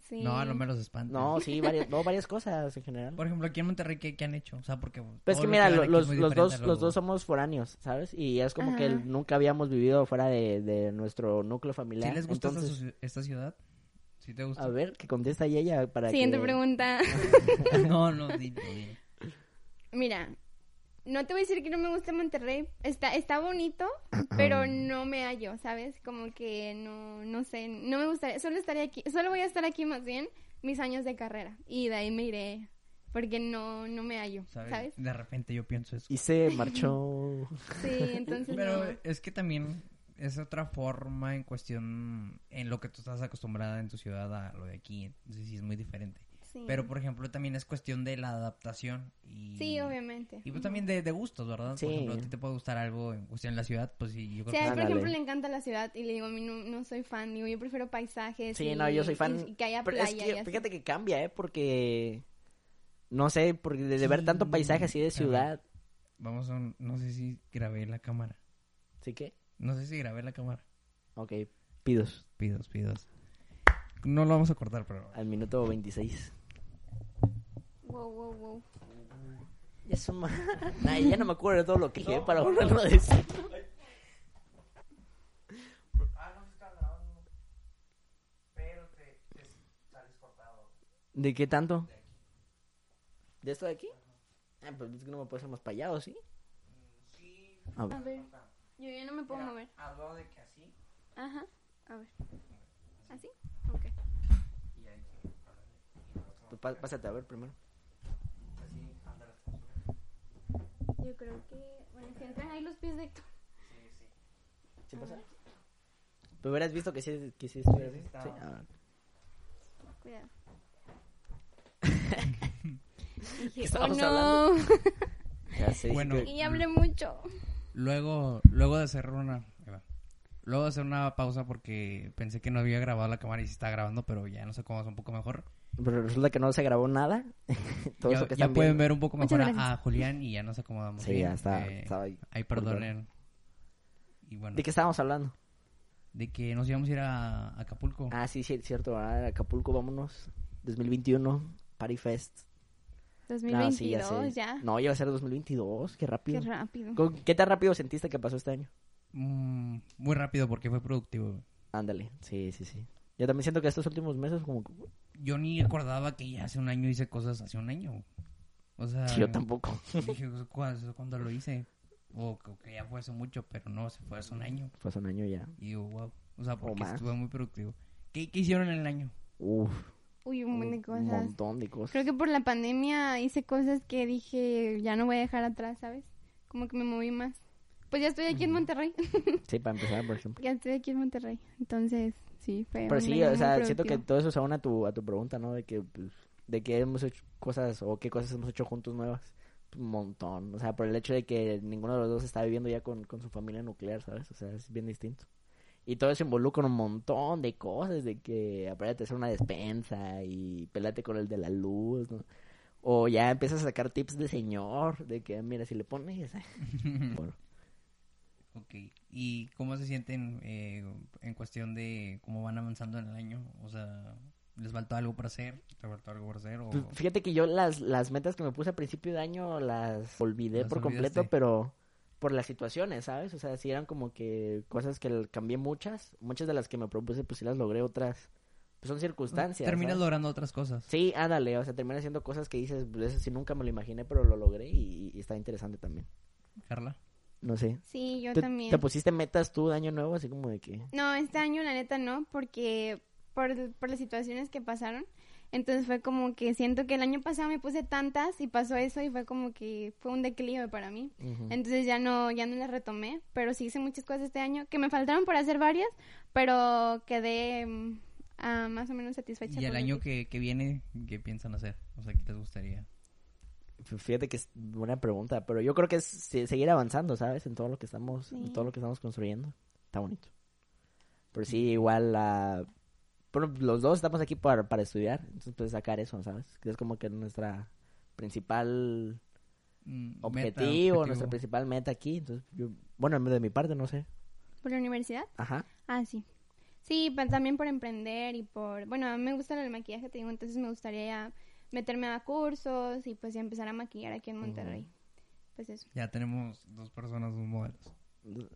Sí. No, no me los espantes. No, sí, varias, no, varias cosas en general. Por ejemplo, aquí en Monterrey, ¿qué, qué han hecho? O sea, porque... Pues todo es que lo mira, hagan lo- aquí es los, muy los diferente dos, a los dos somos foráneos, ¿sabes? Y es como que Ajá. nunca habíamos vivido fuera de, de nuestro núcleo ¿Sí familiar. les gusta esta Entonces, su- esta ciudad? ¿Sí te gusta? a ver, que contesta ahí ella para Siguiente que... pregunta. No, no, dilo, dilo. Mira, no te voy a decir que no me gusta Monterrey. Está, está bonito, pero no me hallo, ¿sabes? Como que no, no sé, no me gustaría. Solo estaré aquí, solo voy a estar aquí más bien mis años de carrera. Y de ahí me iré, porque no, no me hallo, ¿Sabes? ¿sabes? De repente yo pienso eso. Y se marchó. Sí, entonces Pero no. es que también es otra forma en cuestión en lo que tú estás acostumbrada en tu ciudad a lo de aquí. Entonces sí es muy diferente. Sí. Pero por ejemplo también es cuestión de la adaptación y... Sí, obviamente. Y pues también de, de gustos, ¿verdad? Sí. Por ejemplo, a ti te puede gustar algo en cuestión de la ciudad, pues sí, yo O creo sea, que... a él, por Ándale. ejemplo, le encanta la ciudad y le digo, a mí no, no soy fan, digo, yo prefiero paisajes. Sí, y- no, yo soy fan. Y, y que haya pero playa. es y que, así. fíjate que cambia, ¿eh? Porque. No sé, porque de, de ver tanto Sí, paisaje así de claro. ciudad. Vamos a... un- No sé si grabé la cámara. ¿Sí que? No sé si grabé la cámara. Ok, pidos. Pidos, pidos. No lo vamos a cortar, pero... Al minuto 26. Wow, wow, wow. Ya, son ma- Nah, ya no me acuerdo de todo lo que dije para volverlo a decir. Ah, ¿De qué tanto? ¿De esto de aquí? Ah, pues es que no me puedo hacer más payado, ¿sí? Mm, Ah, A ver. A ver. Yo ya no me puedo mover. Habló de que así. Ajá. A ver. ¿Así? Ok. Y ahí. Tú pues pa- pásate a ver primero. Así, ándale. Yo creo que. Bueno, si entran ahí los pies de Héctor. Sí, sí. ¿Sí pasa? ¿Tú hubieras visto que sí, que Ah. sí estuviera bien? Sí, ah. Cuidado. ¿Qué Dije, oh estábamos no. Ya se dice Bueno. que- y hablé mucho. Luego, luego de hacer una. ahí va. Luego de hacer una pausa porque pensé que no había grabado la cámara y sí estaba grabando, pero ya nos acomodamos un poco mejor. Pero resulta que no se grabó nada. Todo ya eso que ya están pueden viendo. ver un poco Muchas mejor a, gracias. a Julián y ya nos acomodamos. Sí, bien. ya está- Eh, estaba ahí. ahí perdonen. Y bueno, ¿De qué estábamos hablando? de que nos íbamos a ir a, a Acapulco. Ah, sí, sí, es cierto. ah, Acapulco, vámonos. 2021, Party Fest. No, Ah, sí, ya 2022 sé. ya. No, ya va a ser 2022. Qué Qué rápido. rápido. ¿Con- ¿Qué tan rápido sentiste que pasó este año? Mm, muy rápido porque fue productivo. Ándale. Sí, sí, sí. Yo también siento que estos últimos meses como... que- Yo ni acordaba que ya hace un año hice cosas hace un año. O sea, Sí, yo tampoco. dije cuando, lo hice. O que- que ya fue hace mucho, pero no, se fue hace un año. Fue hace un año ya. Y digo, wow. O sea, porque más. estuve muy productivo. ¿Qué, qué hicieron en el año? Uf. Uy, un Un, montón de un cosas. montón de cosas. Creo que por la pandemia hice cosas que dije, ya no voy a dejar atrás, ¿sabes? Como que me moví más. Pues ya estoy aquí en Monterrey. Sí, para empezar, por ejemplo. ya estoy aquí en Monterrey. Entonces, sí, fue. Pero un sí, año o muy sea, siento que productivo. todo eso se aúna a tu, a tu pregunta, ¿no? De que, pues, de que hemos hecho cosas o qué cosas hemos hecho juntos nuevas. Un montón. O sea, por el hecho de que ninguno de los dos está viviendo ya con, con su familia nuclear, ¿sabes? O sea, es bien distinto. Y todo eso involucra un montón de cosas, de que aprendete a hacer una despensa y pelate con el de la luz, ¿no? O ya empiezas a sacar tips de señor, de que, mira, si le pones... Bueno, Ok. ¿Y cómo se sienten eh, en cuestión de cómo van avanzando en el año? O sea, ¿les faltó algo por hacer? ¿Te faltó algo por hacer? O... Pues, Fíjate que yo las, las metas que me puse a principio de año las olvidé Las por completo, olvidaste. pero por las situaciones, ¿sabes? O sea, sí eran como que cosas que l- cambié muchas, muchas de las que me propuse pues sí las logré, otras pues son circunstancias. Terminas ¿sabes? logrando otras cosas. Sí, ándale, o sea, terminé haciendo cosas que dices, pues, eso sí nunca me lo imaginé, pero lo logré y, y está interesante también. Carla. No sé. Sí, yo ¿Te, también. te pusiste metas tú de año nuevo así como de que? No, este año la neta no, porque por, por las situaciones que pasaron. Entonces fue como que siento que el año pasado me puse tantas y pasó eso y fue como que fue un declive para mí. Ujú. Entonces ya no, ya no las retomé, pero sí hice muchas cosas este año que me faltaron por hacer varias, pero quedé mm, ah, más o menos satisfecha. ¿Y el con año lo que- que, que viene, qué piensan hacer? O sea, ¿qué les gustaría? F- Fíjate que es buena pregunta, pero yo creo que es se- seguir avanzando, ¿sabes? En todo lo que estamos, en Sí. todo lo que estamos construyendo. Está bonito. Pero sí, igual ah, bueno, los dos estamos aquí para, para estudiar, entonces pues sacar eso, ¿sabes? Que es como que nuestra principal Mm, meta, objetivo, nuestra objetivo. principal meta aquí, entonces yo, bueno, de mi parte no sé. por la universidad. Ajá. Ah, sí. Sí, pero también por emprender y por... Bueno, a mí me gusta el maquillaje, te digo, entonces me gustaría ya meterme a cursos y pues ya empezar a maquillar aquí en Monterrey. Pues eso. Ya tenemos dos personas, dos modelos.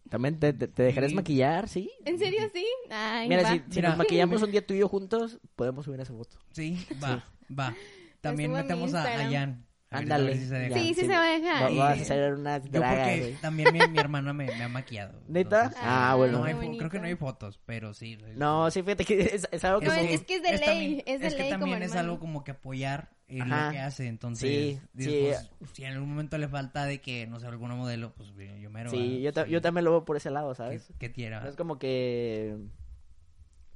También te, te, te dejarás Sí. maquillar, ¿sí? ¿En serio sí? Ay, Mira, va. si, si Mira. nos maquillamos un día tú y yo juntos, podemos subir esa foto. Sí, va, va. También subo a mi metemos a, a Instagram. Jan. A ver si- a Ándale. ver si se deja. ya, Sí, sí se va a dejar. Ah, Va- Vas a Sí. hacer unas Yo dragas. porque güey. también mi, mi hermana me, me ha maquillado. ¿Neta? entonces, Ah, Ah, bueno. no hay Qué fo- creo bonito. que no hay fotos, pero sí. No, sí, fíjate que es, es algo que... No, sí- es- es que es de ley, también- es de que ley como también es hermano. algo como que apoyar en Ajá. lo que hace. Entonces, Sí, dices, sí. pues, si en algún momento le falta de que, no sé, algún modelo, pues yo, yo mero. Sí, ah, yo, ta- yo también lo veo por ese lado, Que, ¿sabes? que tira. No es como que...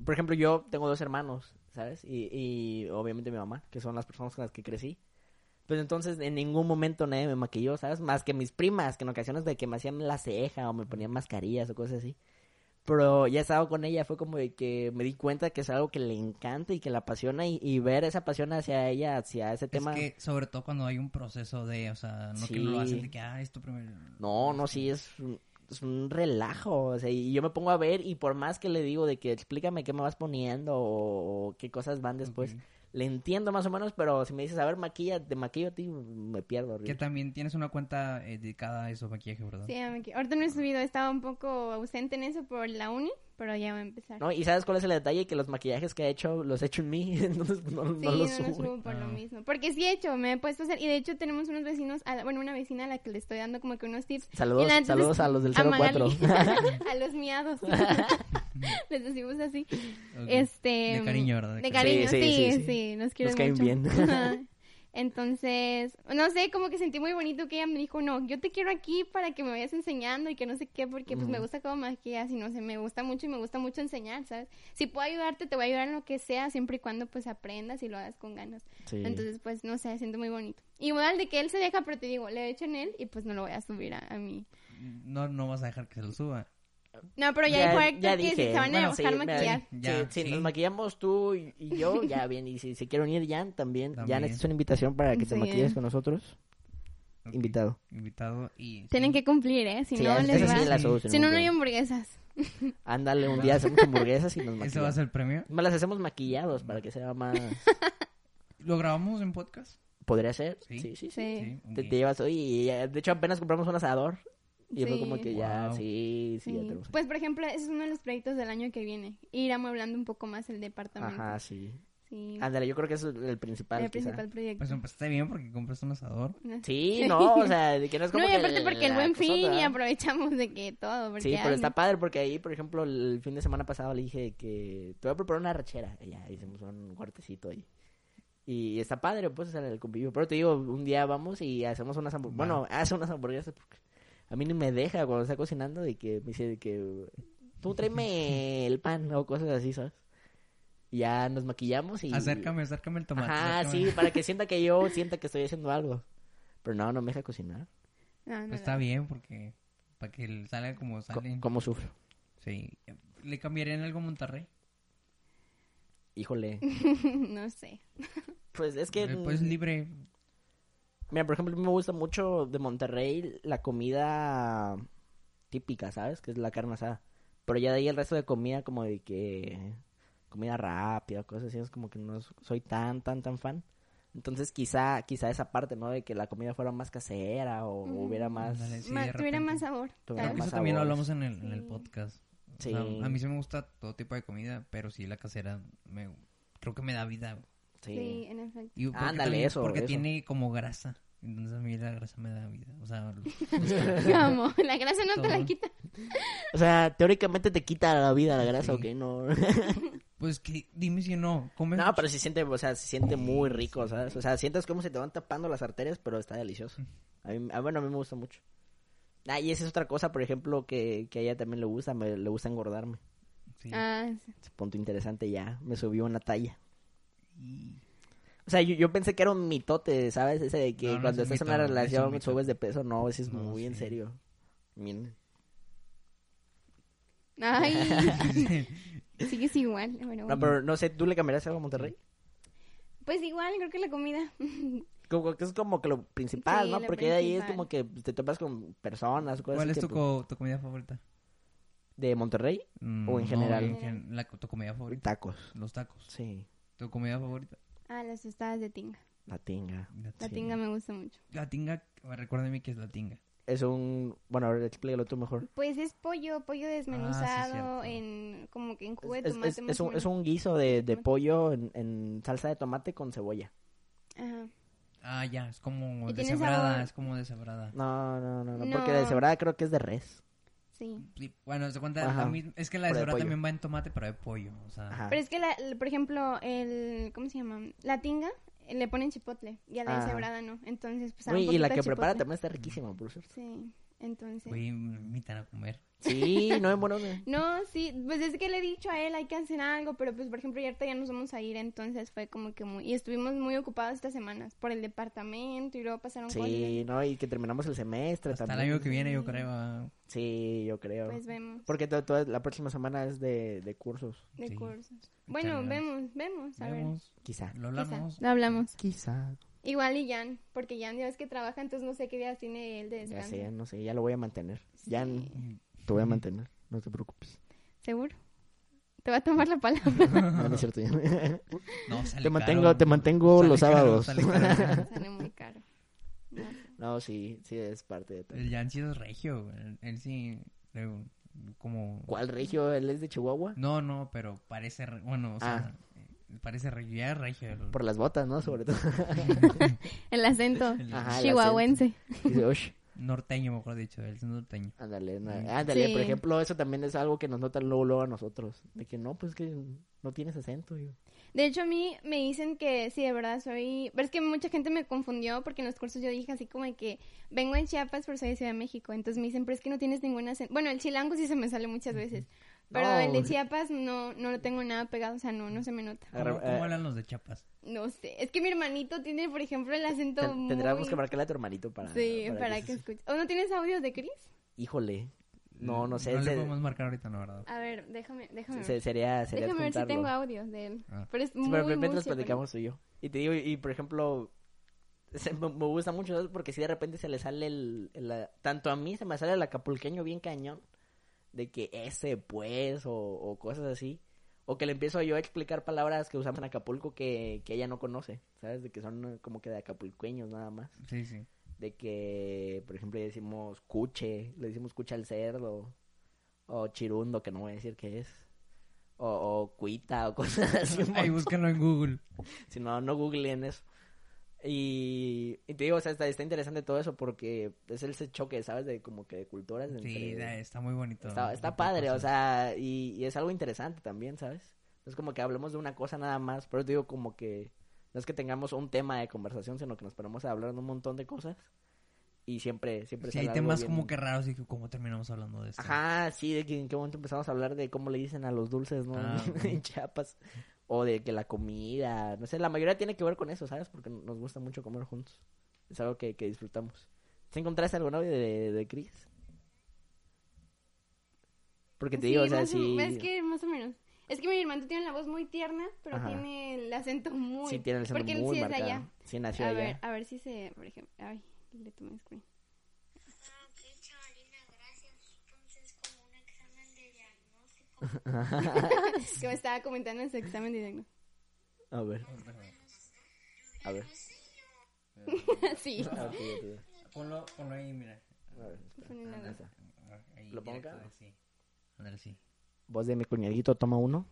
Por ejemplo, yo tengo dos hermanos, ¿sabes? Y, y obviamente mi mamá, que son las personas con las que crecí. Pues entonces en ningún momento nadie me maquilló, ¿sabes? Más que mis primas, que en ocasiones de que me hacían la ceja o me ponían mascarillas o cosas así. Pero ya estaba con ella, fue como de que me di cuenta que es algo que le encanta y que la apasiona y, y ver esa pasión hacia ella, hacia ese Es tema. que, sobre todo cuando hay un proceso de, o sea, no que Sí. lo hacen de que, ah, esto primero. No, no, sí, es un, es un relajo. O sea, y yo me pongo a ver y por más que le digo de que explícame qué me vas poniendo o, o qué cosas van después, Ok. le entiendo más o menos, pero si me dices, a ver, maquilla, te maquillo a ti, me pierdo. Que también tienes una cuenta eh, dedicada a eso, maquillaje, ¿verdad? Sí, a maqui- ahorita no he subido, estaba un poco ausente en eso por la uni, pero ya va a empezar. ¿No? ¿Y sabes cuál es el detalle? Que los maquillajes que he hecho los he hecho en mí, entonces no, Sí, no los no lo subo. subo por Ah. lo mismo. Porque sí he hecho, me he puesto a hacer. Y de hecho, tenemos unos vecinos, a la- bueno, una vecina a la que le estoy dando como que unos tips. Saludos, Y la- entonces, saludos a los del a Magali, 04. a los miados. Les decimos así. Ok. Este, De cariño, ¿verdad? De cariño, Sí, sí, sí, sí, sí, sí. nos quieren Nos caen mucho. bien. Ajá. Entonces, no sé, como que sentí muy bonito que ella me dijo, no, yo te quiero aquí para que me vayas enseñando y que no sé qué, porque pues me Ujú. gusta como maquillas y no sé, me gusta mucho y me gusta mucho enseñar, ¿sabes? Si puedo ayudarte, te voy a ayudar en lo que sea, siempre y cuando pues aprendas y lo hagas con ganas. Sí. Entonces, pues no sé, siento muy bonito. Igual de que él se deja, pero te digo, le he hecho en él y pues no lo voy a subir a, a mí. No, no vas a dejar que se lo suba. No, pero ya, Ya- dijo ya Héctor que dije. se van a Bueno, buscar sí, me- maquillar. sí, Ya, si sí. nos maquillamos tú y y yo, ya bien. Y si se quieren unir, Jan, también. También. Jan, esta es una invitación para que te Sí. maquilles con nosotros. Ok. Invitado. Invitado y... Tienen que cumplir, ¿eh? Si Sí, no, esa les sí va. la subes en Si no, un no hay blog. hamburguesas. Ándale, un día hacemos hamburguesas y nos ¿Ese va a maquillamos. ser el premio? Más las hacemos maquillados para que sea más... ¿Lo grabamos en podcast? ¿Podría ser? Sí, Sí. sí, sí. Sí. ok. Te, te llevas... Oye, y ya- de hecho apenas compramos un asador. Y fue Sí. como que ya, Wow. sí, sí, ya Sí. tenemos... Pues, por ejemplo, ese es uno de los proyectos del año que viene. Ir amueblando un poco más el departamento. Ajá, sí. Sí. Ándale, yo creo que eso es el principal, pues. el quizá. principal proyecto. Pues empezaste bien porque compraste un asador. Sí, no, o sea, de que no es como no, y que aparte porque el la buen fin cosota. y aprovechamos de que todo. Porque Sí, pero ay, está no. padre porque ahí, por ejemplo, el fin de semana pasado le dije que te voy a preparar una rachera. Y ya hicimos un cuartecito ahí. Y está padre, pues, hacer el convivio. Pero te digo, un día vamos y hacemos unas hamburguesas. Va. Bueno, hace unas hamburguesas porque a mí ni me deja cuando está cocinando de que me dice de que tú tráeme el pan o cosas así, ¿sabes? Y ya nos maquillamos y... Acércame, acércame el tomate. Ajá, acércame. sí, para que sienta que yo sienta que estoy haciendo algo. Pero no, no me deja cocinar. No, no, Pues está bien porque... Para que salga como Co- salen. ¿Cómo sufro? Sí. ¿Le cambiarían algo a Monterrey? Híjole. no sé. Pues es que... Eh, Pues libre. Mira, por ejemplo, a mí me gusta mucho de Monterrey la comida típica, ¿sabes? Que es la carne asada. Pero ya de ahí el resto de comida, como de que. comida rápida, cosas así, es como que no soy tan, tan, tan fan. Entonces, quizá, quizá esa parte, ¿no? De que la comida fuera más casera o Mm. hubiera más. Ándale, Sí, Ma- de tuviera repente. más sabor. Tuviera Creo tal que vez. más eso también lo sabores. hablamos en el, en el Sí. podcast. O Sí. sea, a mí sí me gusta todo tipo de comida, pero sí la casera me, creo que me da vida. Sí, Sí. en efecto. Y porque Ándale, eso, Porque eso. tiene como grasa. Entonces a mí la grasa me da vida. O sea, Vamos, la grasa no te la Todo. quita. O sea, teóricamente te quita la vida la grasa, Sí. ¿ok? No. pues que dime si no. Comes no, pero se siente, o sea, se siente muy rico, ¿sabes? O sea, sientes cómo se te van tapando las arterias, pero está delicioso. Mm. A mí, ah, bueno, a mí me gusta mucho. Ah, y esa es otra cosa, por ejemplo, que, que a ella también le gusta, me, le gusta engordarme. Sí. Ah, sí. Ese punto interesante ya, me subió una talla. Y- O sea, yo, yo pensé que era un mitote, ¿sabes? Ese de que No, no cuando es un estás en mito, una es un relación mito. subes de peso, no, eso es No, muy en sí. serio. Miren. Ay, Pues sigues igual. Bueno, No, bueno. pero no sé, ¿tú le cambiarías algo a Monterrey? Pues igual, creo que la comida. Como que es como que lo principal, Sí, ¿no? lo Porque de ahí es principal. como que te topas con personas, cosas ¿Cuál así es tu, que, co- tu comida favorita? de Monterrey, Mm, O en no, general. gen- la- tu comida favorita. tacos. Los tacos. Sí, ¿Tu comida favorita? Ah, las tostadas de tinga. la tinga. La Sí. tinga me gusta mucho. La tinga, recuérdame que es la tinga. Es un... Bueno, ahora explícalo tú mejor. Pues es pollo, pollo Ah, desmenuzado cierto. en como que en jugo de Es, tomate. es- más es o un, es menos. un guiso de, de Tomate. pollo en, en salsa de tomate con cebolla. Ajá. Ah, ya, es como Y tiene deshebrada, sabor. es como deshebrada. No, no, no, no, porque No. de cebrada creo que es de res. Sí. Sí, Bueno, se cuenta, Ajá. la mis- es que la Pero de deshebrada pollo. también va en tomate, pero de pollo. O sea, Ajá. Pero es que, la- el- por ejemplo, el... ¿Cómo se llama? La tinga eh, le ponen chipotle y a la Ah. deshebrada no. Entonces, pues... sabe Uy, un y la que poquito a prepara chipotle. también está riquísima, por cierto. Sí, entonces... güey, me invitan a comer. Sí, no es bueno. no. No, sí, pues es que le he dicho a él, hay que hacer algo, pero pues por ejemplo, ya ahorita ya nos vamos a ir, entonces fue como que muy... Y estuvimos muy ocupados estas semanas por el departamento y luego pasaron cosas. Sí, no, y que terminamos el semestre Hasta el también. año que viene, yo creo. ah, Sí, yo creo. Pues vemos. Porque to- toda la próxima semana es de, de cursos, De Sí. cursos. Bueno, Echarle vemos, vemos, a ver. Vemos, quizá. lo Quizá. hablamos. Lo hablamos. Quizá. Igual y Jan, porque Jan ya ves que trabaja, entonces no sé qué días tiene él de Ya descanso. sé, no sé, ya lo voy a mantener. Ya Sí. n- te voy a mantener, no te preocupes. ¿Seguro? Te va a tomar la palabra. No, no es cierto. No, sale te mantengo, caro. te mantengo Sale los caro, sábados. sale caro. Sale muy caro. No sé. No, sí, sí es parte de todo. El Yancy es regio, güey. él, él sí, le- como... ¿Cuál regio? ¿Él es de Chihuahua? No, no, pero parece, re- bueno, o sea, eh, parece regio, ya es regio. el- Ah. Por las botas, ¿no? Sobre todo. El acento Ajá, el chihuahuense. Dice, "Ush". Norteño, mejor dicho, él es norteño. Ándale, no, Mm. ándale, por Sí. ejemplo, eso también es algo que nos notan luego, luego a nosotros. De que no, pues que no tienes acento. yo. De hecho, a mí me dicen que sí, de verdad soy. Pero es que mucha gente me confundió porque en los cursos yo dije así como de que vengo de Chiapas, pero soy de Ciudad de México. Entonces me dicen, pero es que no tienes ningún acento. Bueno, el chilango sí se me sale muchas veces. Pero No. el de Chiapas no, no lo tengo nada pegado, o sea, no, no se me nota. ¿Cómo, Agarra- cómo eh, hablan los de Chiapas? No sé. Es que mi hermanito tiene, por ejemplo, el acento. Ten- muy... Tendríamos que marcarle a tu hermanito para. Sí, para, que, se- escuche. ¿O no tienes audios de Chris? Híjole. No, no Mm, sé. Ah. No le se- podemos marcar ahorita, no, ¿verdad? A ver, déjame, déjame. se- sería, sería déjame ver si adjuntarlo. tengo audios de él. Ah. Pero es Sí, muy, pero muy mientras separado. platicamos tú y yo. Y te digo, y, y por ejemplo, se- me, me gusta mucho eso porque si de repente se le sale el, el- la- Tanto a mí se me sale el acapulqueño bien cañón. De que ese, pues, o, o cosas así. O que le empiezo yo a explicar palabras que usamos en Acapulco que, que ella no conoce. ¿Sabes? De que son eh, como que de acapulqueños nada más. Sí, sí. De que, por ejemplo, le decimos cuche, le decimos cucha al cerdo, o chirundo, que no voy a decir qué es, o, o cuita, o cosas así. un Ahí montón. búsquenlo en Google. Si no, no googleen eso. Y, y te digo, o sea, está, está interesante todo eso porque es ese choque, ¿sabes? De como que de culturas. Sí, entre- da- está muy bonito. está, está padre, o sea, y, y es algo interesante también, ¿sabes? No es como que hablemos de una cosa nada más, pero te digo como que no es que tengamos un tema de conversación, sino que nos ponemos a hablar de un montón de cosas y siempre, siempre Sí, sale hay algo temas bien- como que raros y que cómo terminamos hablando de esto. Ajá, sí, de que en qué momento empezamos a hablar de cómo le dicen a los dulces, ¿no? Ah, ok. en Chiapas. O de que la comida, no sé, la mayoría tiene que ver con eso, ¿sabes? Porque nos gusta mucho comer juntos. Es algo que, que disfrutamos. ¿Te encontraste algún audio de, de Chris? Porque te Sí, digo, o sea, más o- sí, Es que más o menos. Es que mi hermano tiene la voz muy tierna, pero Ajá. tiene el acento muy. sí tiene el acento porque él muy sí es de marcado. allá. Sí, nació A allá. ver, a ver si se. Por ejemplo. Ay, le tomé screen. qué chavalina, gracias. Entonces, como un examen de diagnóstico. que me estaba comentando en su examen de diagnóstico. A ver. A ver. Ah, sí. A ver, tío, tío. Ponlo, ponlo ahí, mira. A ver, Fue una- ahí está. Ahí, ¿Lo pongo directo, acá? Sí. Ándale, sí. Voz de mi cuñadito, toma uno.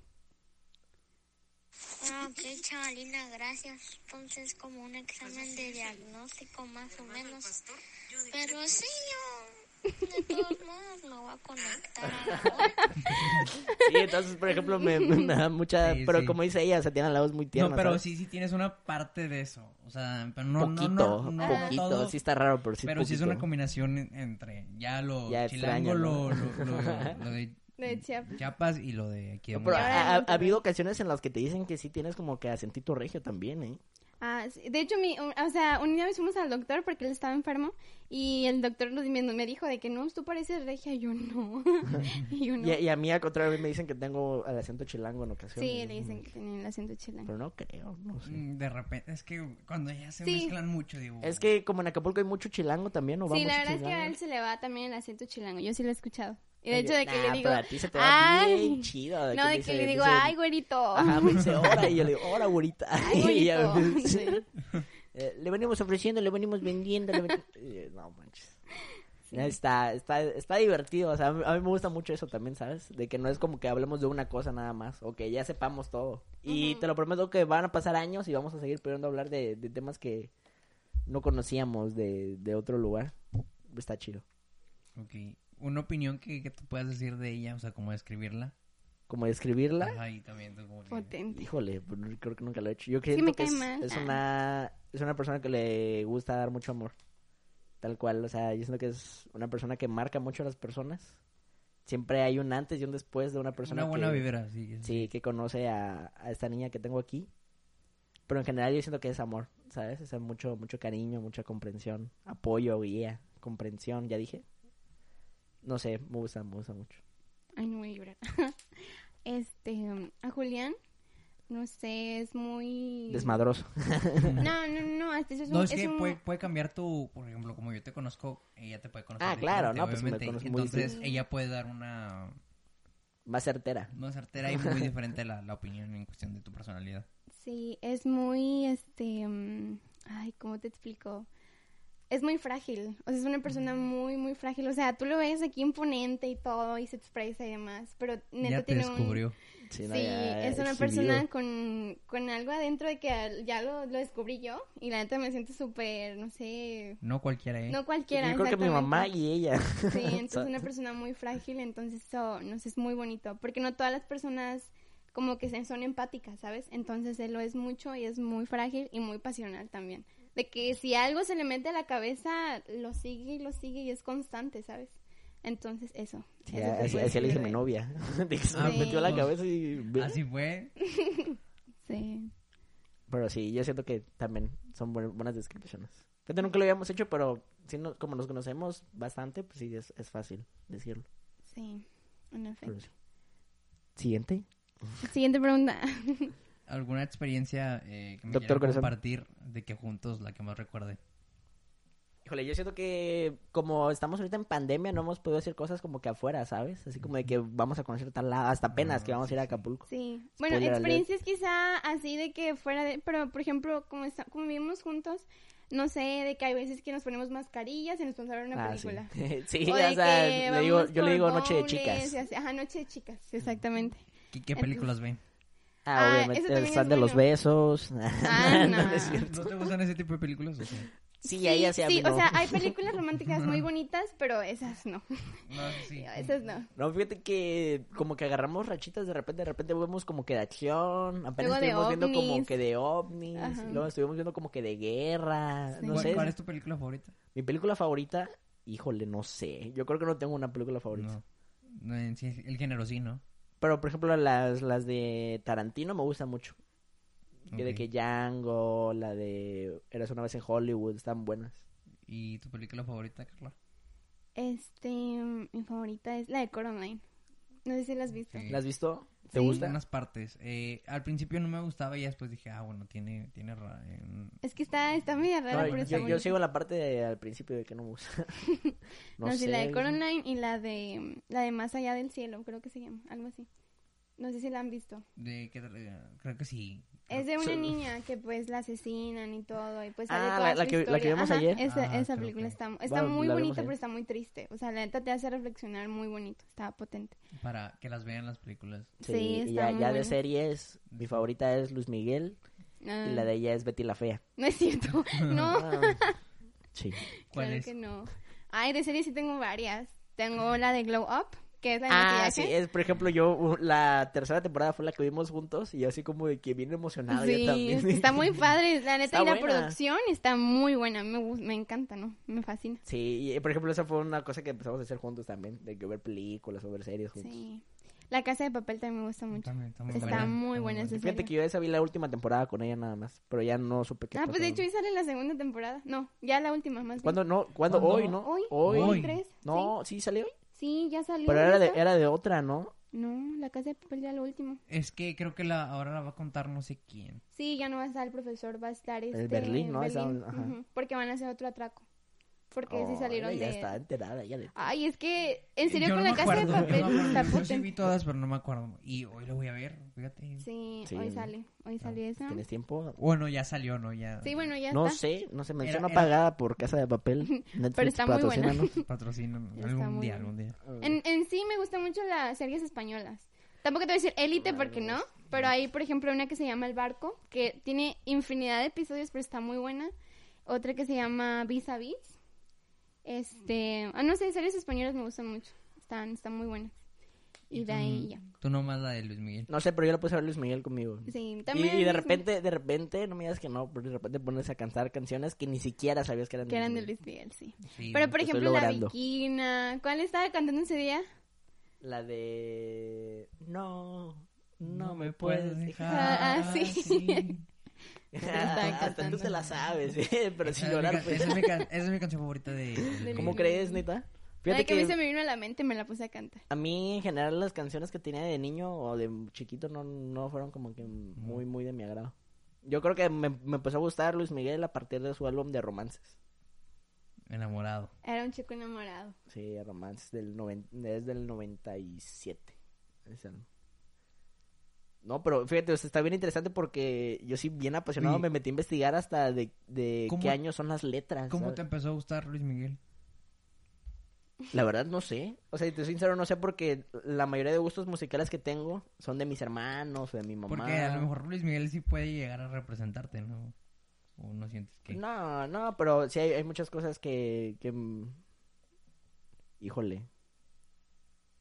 Ah, ok, chavalina, gracias. Entonces, como un examen de diagnóstico, más o menos. Pero sí, yo. De todos modos, me voy a conectar a la web. Sí, entonces, por ejemplo, me, me- me da mucha... Sí, pero sí. como dice ella, o sea, tiene la voz muy tierna, no, pero ¿sabes? sí, sí tienes una parte de eso. O sea, pero no, poquito, no, no, no poquito, todo, sí está raro, pero sí pero sí es una poquito. combinación en- entre ya lo Ya chilango, extraño, lo, lo, ¿no? lo- lo de De Chiapas. Chiapas y lo de aquí de No, pero Monterrey. ha, ha- ha Monterrey. habido ocasiones en las que te dicen que sí tienes como que acentito regio también, ¿eh? Ah, sí. De hecho, mi, o sea, un día fuimos al doctor porque él estaba enfermo y el doctor nos- me, me dijo de que no, tú pareces regia. Y yo no. y yo no. Y, y a mí, al contrario, me dicen que tengo el acento chilango en ocasiones. Sí, le dicen que tenía el acento chilango. Pero no creo, no sé. Mm, De repente, es que cuando ya se Sí. mezclan mucho, digo. Es que como en Acapulco hay mucho chilango también, ¿o va Sí, la mucho verdad es que a él chilango? se le va también el acento chilango. Yo sí lo he escuchado. Y de Ay, hecho, de que nah, yo digo. pero a ti se te va "Ay". bien chido. No, de dice- que le digo, dice- ay, güerito. Ajá, me dice, hora, y yo le digo, hora, güerita. Ay, Y ya- güerito. sí. Eh, le venimos ofreciendo, le venimos vendiendo, le veni- Eh, No, manches. Está, está, está divertido, o sea, a mí a mí me gusta mucho eso también, ¿sabes? De que no es como que hablemos de una cosa nada más, o que ya sepamos todo. Y te lo prometo que van a pasar años y vamos a seguir pudiendo hablar de, de temas que no conocíamos de, de otro lugar. Está chido. Ok. Una opinión que, que tú puedas decir de ella, o sea, como describirla. Como describirla. Ajá, y también tú como que- Potente. Híjole, pues, no- creo que nunca lo he hecho. Yo que creo me que cae es, mal. es Ah. una es una persona que le gusta dar mucho amor. Tal cual, o sea, yo siento que es una persona que marca mucho a las personas. Siempre hay un antes y un después de una persona Una buena que vibra, sí. eso sí, que conoce a, a esta niña que tengo aquí. Pero en general yo siento que es amor, ¿sabes? O sea, mucho mucho cariño, mucha comprensión, apoyo, guía, comprensión, ya dije. No sé, me gusta, me gusta mucho. Ay, no voy a llorar. Este, um, a Julián, no sé, es muy... Desmadroso. No, no, no, este es un... No, es, que un- puede, puede cambiar tu, por ejemplo, como yo te conozco, ella te puede conocer. Ah, claro, diferente, no, pues, me obviamente. conoce muy Entonces, distinto. ella puede dar una, Más certera. Más certera y muy diferente la, la opinión en cuestión de tu personalidad. Sí, es muy, este, mm, ay, ¿cómo te explico? Es muy frágil, o sea, es una Mm. persona muy, muy frágil, o sea, tú lo ves aquí imponente y todo, y se expresa y demás, pero neta ya te tiene descubrió. un... Sí, Sí, no, ya es una exhibido. persona con, con algo adentro de que al- ya lo, lo descubrí yo, y la neta me siento súper, no sé, No cualquiera, ¿eh? no cualquiera. Yo creo que mi exactamente. mamá y ella. Sí, entonces es una persona muy frágil, entonces eso nos es muy bonito, porque no todas las personas como que se- son empáticas, ¿sabes? Entonces él lo es mucho y es muy frágil y muy pasional también. De que si algo se le mete a la cabeza, lo sigue y lo sigue y es constante, ¿sabes? Entonces eso. Sí, eso te así, puedo así le dije a mi decir de- novia. De que se Ah, me metió a la pues, cabeza y... ve. Así fue. Sí. Pero sí, yo siento que también son buen- buenas descripciones. Fíjate, nunca lo habíamos hecho, pero sí no- como nos conocemos bastante, pues sí, es, es fácil decirlo. Sí, en Pero efecto. sí. Siguiente. Siguiente pregunta. ¿Alguna experiencia eh, que me Doctor quieran Corazón. compartir de que juntos la que más recuerde? Híjole, yo siento que como estamos ahorita en pandemia, no hemos podido hacer cosas como que afuera, ¿sabes? Así como de que vamos a conocer tal lado, hasta apenas Ah, que vamos sí, a ir a sí. Acapulco. Sí. Spoiler Bueno, alert. experiencias quizá así de que fuera de... Pero, por ejemplo, como, está, como vivimos juntos, no sé, de que hay veces que nos ponemos mascarillas y nos ponemos a ver una Ah, sí. película. sí, O o, de sea, que le digo, vamos yo le por digo noche de bowls, chicas. y así- Ajá, noche de chicas, exactamente. ¿Qué, qué películas ven? Ah, Ah, eso obviamente, también el stand es de los bueno. besos. Ah, No, no. no es cierto. ¿No te gustan ese tipo de películas? o sí? Sí, ahí hacia Sí, mí no. o sea, hay películas románticas muy bonitas, pero esas no. No, sí. Esas no. No, fíjate que como que agarramos rachitas de repente, de repente vemos como que de acción, apenas Luego de estuvimos viendo como ovnis. que de ovnis, Ajá. luego estuvimos viendo como que de guerra, no ¿Cuál, sé. cuál es tu película favorita? Mi película favorita, híjole, no sé. Yo creo que no tengo una película favorita. No. No, en sí, el género sí, ¿no? Pero por ejemplo las, las de Tarantino me gustan mucho. Que de Ok. que Django, la de Eras una vez en Hollywood, están buenas. ¿Y tu película favorita, Carla? Este, mi favorita es la de Coraline. No sé si la has visto. Sí. ¿Las has visto? ¿Te Sí, gusta? unas partes. Eh, al principio no me gustaba y ya después dije, ah, bueno, tiene, tiene ra- en- Es que está, está media No, rara, pero yo, está yo bonita. sigo la parte de- al principio de que no me gusta. No, no, sé. sí, la de Coraline y la de, la de Más Allá del Cielo, creo que se llama, algo así. No sé si la han visto. de qué tra- creo que sí. Es de una Ah, Sí. niña que pues la asesinan y todo y pues sale Ah, toda la- la su que- la que historia. vimos Ajá, ayer. Esa, Ah, esa creo película que- está, está Bueno, muy la vimos bonita, ayer. pero está muy triste. O sea, la neta te hace reflexionar muy bonito. Está potente. Para que las vean las películas. Sí, Sí, y está ya, muy ya de buena. series, mi favorita es Luis Miguel Ah, Oh. y la de ella es Betty la Fea. No es cierto. No, Ah, sí. ¿Cuál claro es? que no. Ay, de series sí tengo varias. Tengo la de Glow Up, que es la de Ah, maquillaje. sí, es, por ejemplo, yo uh, la tercera temporada fue la que vimos juntos y yo así como de que bien emocionado yo Sí, también. está muy padre, la neta, Está y la buena. producción está muy buena, me, gus- me encanta, ¿no? Me fascina. Sí, y, por ejemplo, esa fue una cosa que empezamos a hacer juntos también, de que ver películas o ver series juntos. Sí. La Casa de Papel también me gusta mucho. También, está muy Está buena. muy Está buena esa Fíjate serie. que yo esa vi la última temporada con ella nada más, pero ya no supe qué Ah, pues de pasó. hecho hoy sale la segunda temporada. No, ya la última más bien. ¿Cuándo? No, ¿cuándo? ¿Cuándo? Hoy, ¿no? Hoy, Hoy. Hoy. tres. No, sí, salió hoy. Sí, ya salió. Pero era de, ¿esa? era de otra, ¿no? No, la casa de papel ya lo último. Es que creo que la, ahora la va a contar no sé quién. Sí, ya no va a estar el profesor, va a estar este. Berlín, ¿no? Esa- Berlín, ajá. ujú, porque van a hacer otro atraco. Porque sí Oh, salieron ya de. está enterada, ya le... Ay, es que en serio Yo con no la me casa acuerdo, de papel yo no me está acuerdo. Yo sí vi potente. todas, pero no me acuerdo. Y hoy lo voy a ver, fíjate. Sí, Sí. Ah, hoy sale, hoy salió esa. ¿Tienes tiempo? Bueno, ya salió, ¿no? Ya. Sí, bueno, ya No está. sé, no se menciona era- pagada por Casa de Papel. Netflix Ah, está muy buena. patrocínanos. Patrocinan Está algún muy día, bien. algún día. En, en sí me gustan mucho las series españolas. Tampoco te voy a decir élite porque no, pero hay, por ejemplo, una que se llama El Barco, que tiene infinidad de episodios, pero está muy buena. Otra que se llama Vis a Vis. Este, ah, no sé, series españolas me gustan mucho. Están, están muy buenas. Y de ahí ya. Mm, Tú nomás la de Luis Miguel. No sé, pero yo la puse a ver Luis Miguel conmigo. Sí, Y, también. y de es- repente, de repente, no me digas que no, pero de repente pones a cantar canciones que ni siquiera sabías que eran Que eran de Miguel. Luis Miguel, sí. Sí, Pero, no. por lo estoy ejemplo, La logrando. Viquina. ¿Cuál estaba cantando ese día? La de... No, no me puedes Ah, puedes dejar. dejar así. Hasta cantando. tú te la sabes, ¿eh? pero sin Esa es mi llorar. can- pues. Esa es mi can- esa es mi canción favorita de. de Luis ¿Cómo Miguel. crees, neta? La Fíjate que, a mí se que me vino a la mente y me la puse a cantar. a mí en general las canciones que tenía de niño o de chiquito no, no fueron como que muy, muy de mi agrado. Yo creo que me, me empezó a gustar Luis Miguel a partir de su álbum de romances. Enamorado. Era un chico enamorado. Sí, romances del noven... es del 97. Es el- No, pero fíjate, o sea, está bien interesante porque yo sí bien apasionado Oye. me metí a investigar hasta de, de ¿Cómo- qué año son las letras. ¿Cómo ¿sabes? te empezó a gustar Luis Miguel? La verdad no sé. O sea, si te soy sincero, no sé porque la mayoría de gustos musicales que tengo son de mis hermanos o de mi mamá. Porque a lo mejor Luis Miguel sí puede llegar a representarte, ¿no? O no sientes que... No, no, pero sí hay, hay muchas cosas que, que... mm, Híjole.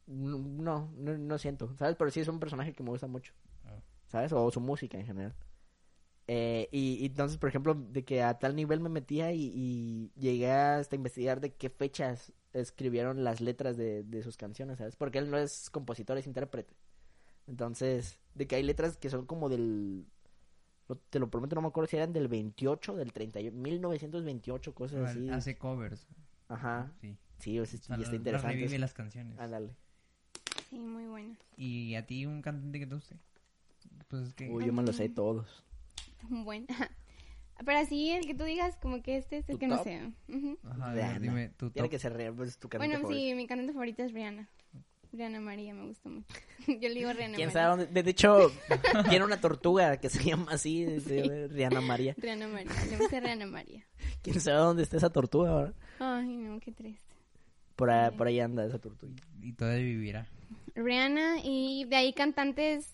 No, no, no, no siento, ¿sabes? Pero sí es un personaje que me gusta mucho, Ah. ¿sabes? O su música en general. Eh, y, y entonces, por ejemplo, de que a tal nivel me metía y, y llegué hasta investigar de qué fechas escribieron las letras de, de sus canciones, ¿sabes? Porque él no es compositor, es intérprete. Entonces, de que hay letras que son como del no- te lo prometo, no me acuerdo si eran del 28, del 31, 1928, cosas así. Hace covers. Ajá. Sí. Sí, o sea, O sea, las- y está las interesante. revive eso. las canciones. Ándale. Sí, muy buena. ¿Y a ti un cantante que te guste? Pues es que... Uy, yo me los sé todos. Un buen. Pero así, el que tú digas, como que este, este, el ¿Tu que no top? sé. Ujú. Ajá, a De ver, Ana. dime tu Tiene top. que ser real, pues, tu cantante Bueno, favorito. sí, mi cantante favorita es Rihanna. Rihanna María, me gusta mucho. Yo le digo Rihanna ¿Quién María. sabe dónde? De hecho, tiene una tortuga que se llama así, se llama Rihanna María. Rihanna María, le gusta Rihanna María. ¿Quién sabe dónde está esa tortuga ahora? Ay, no, qué triste. Por, ahí- por ahí anda esa tortuga. Y todavía vivirá. Rihanna y de ahí cantantes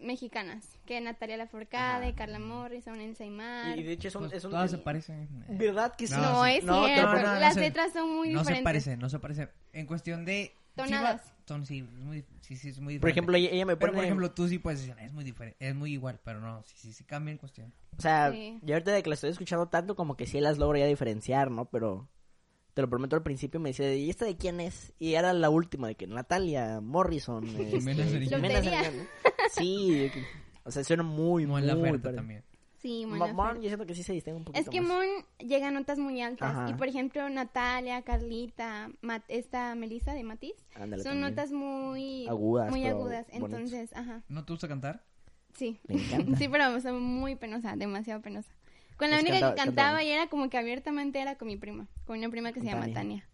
mexicanas, que Natalia Lafourcade, Carla Morrison, Ensaymar. Y de hecho es un... Pues es un- todas se parecen. ¿Verdad que sí? Ah. No, No, sí. es No, te- cierto. no, no, no Las sé. letras son muy no se diferentes. parecen, no se parecen. En cuestión de... Tonadas. Sí, va- son, sí, es muy, sí, sí, es muy diferente. Por ejemplo, ella, ella me pone... Pero, por ejemplo, tú sí puedes decir, es muy diferente, es muy igual, pero no, sí, sí, sí cambia en cuestión. O sea, Sí. yo ahorita de que la estoy escuchando tanto, como que sí las logro ya diferenciar, ¿no? Pero te lo prometo al principio me decía, ¿y esta de quién es? Y era la última, de que Natalia Morrison. este, Jimena Sariñana. Jimena Lotería. Sariñana. Sí, de que- o sea, suena muy, Como muy en la oferta parecido. también. Sí, Mo- Mon Mon, Laferte. yo siento que sí se distingue un poquito Es que más. Mon llega a notas muy altas. Ajá. Y por ejemplo, Natalia, Carlita, Ma- esta Melissa de Matiz, Ándale, son también. notas muy Agudas, Muy pero agudas. bonitas. Entonces, ajá, ¿No te gusta cantar? sí. Me encanta. Sí, pero soy muy penosa, demasiado penosa. Con la Es única cantaba- que cantaba cantaba bien. y era como que abiertamente era con mi prima, con una prima que Con se llama Tania. Tania.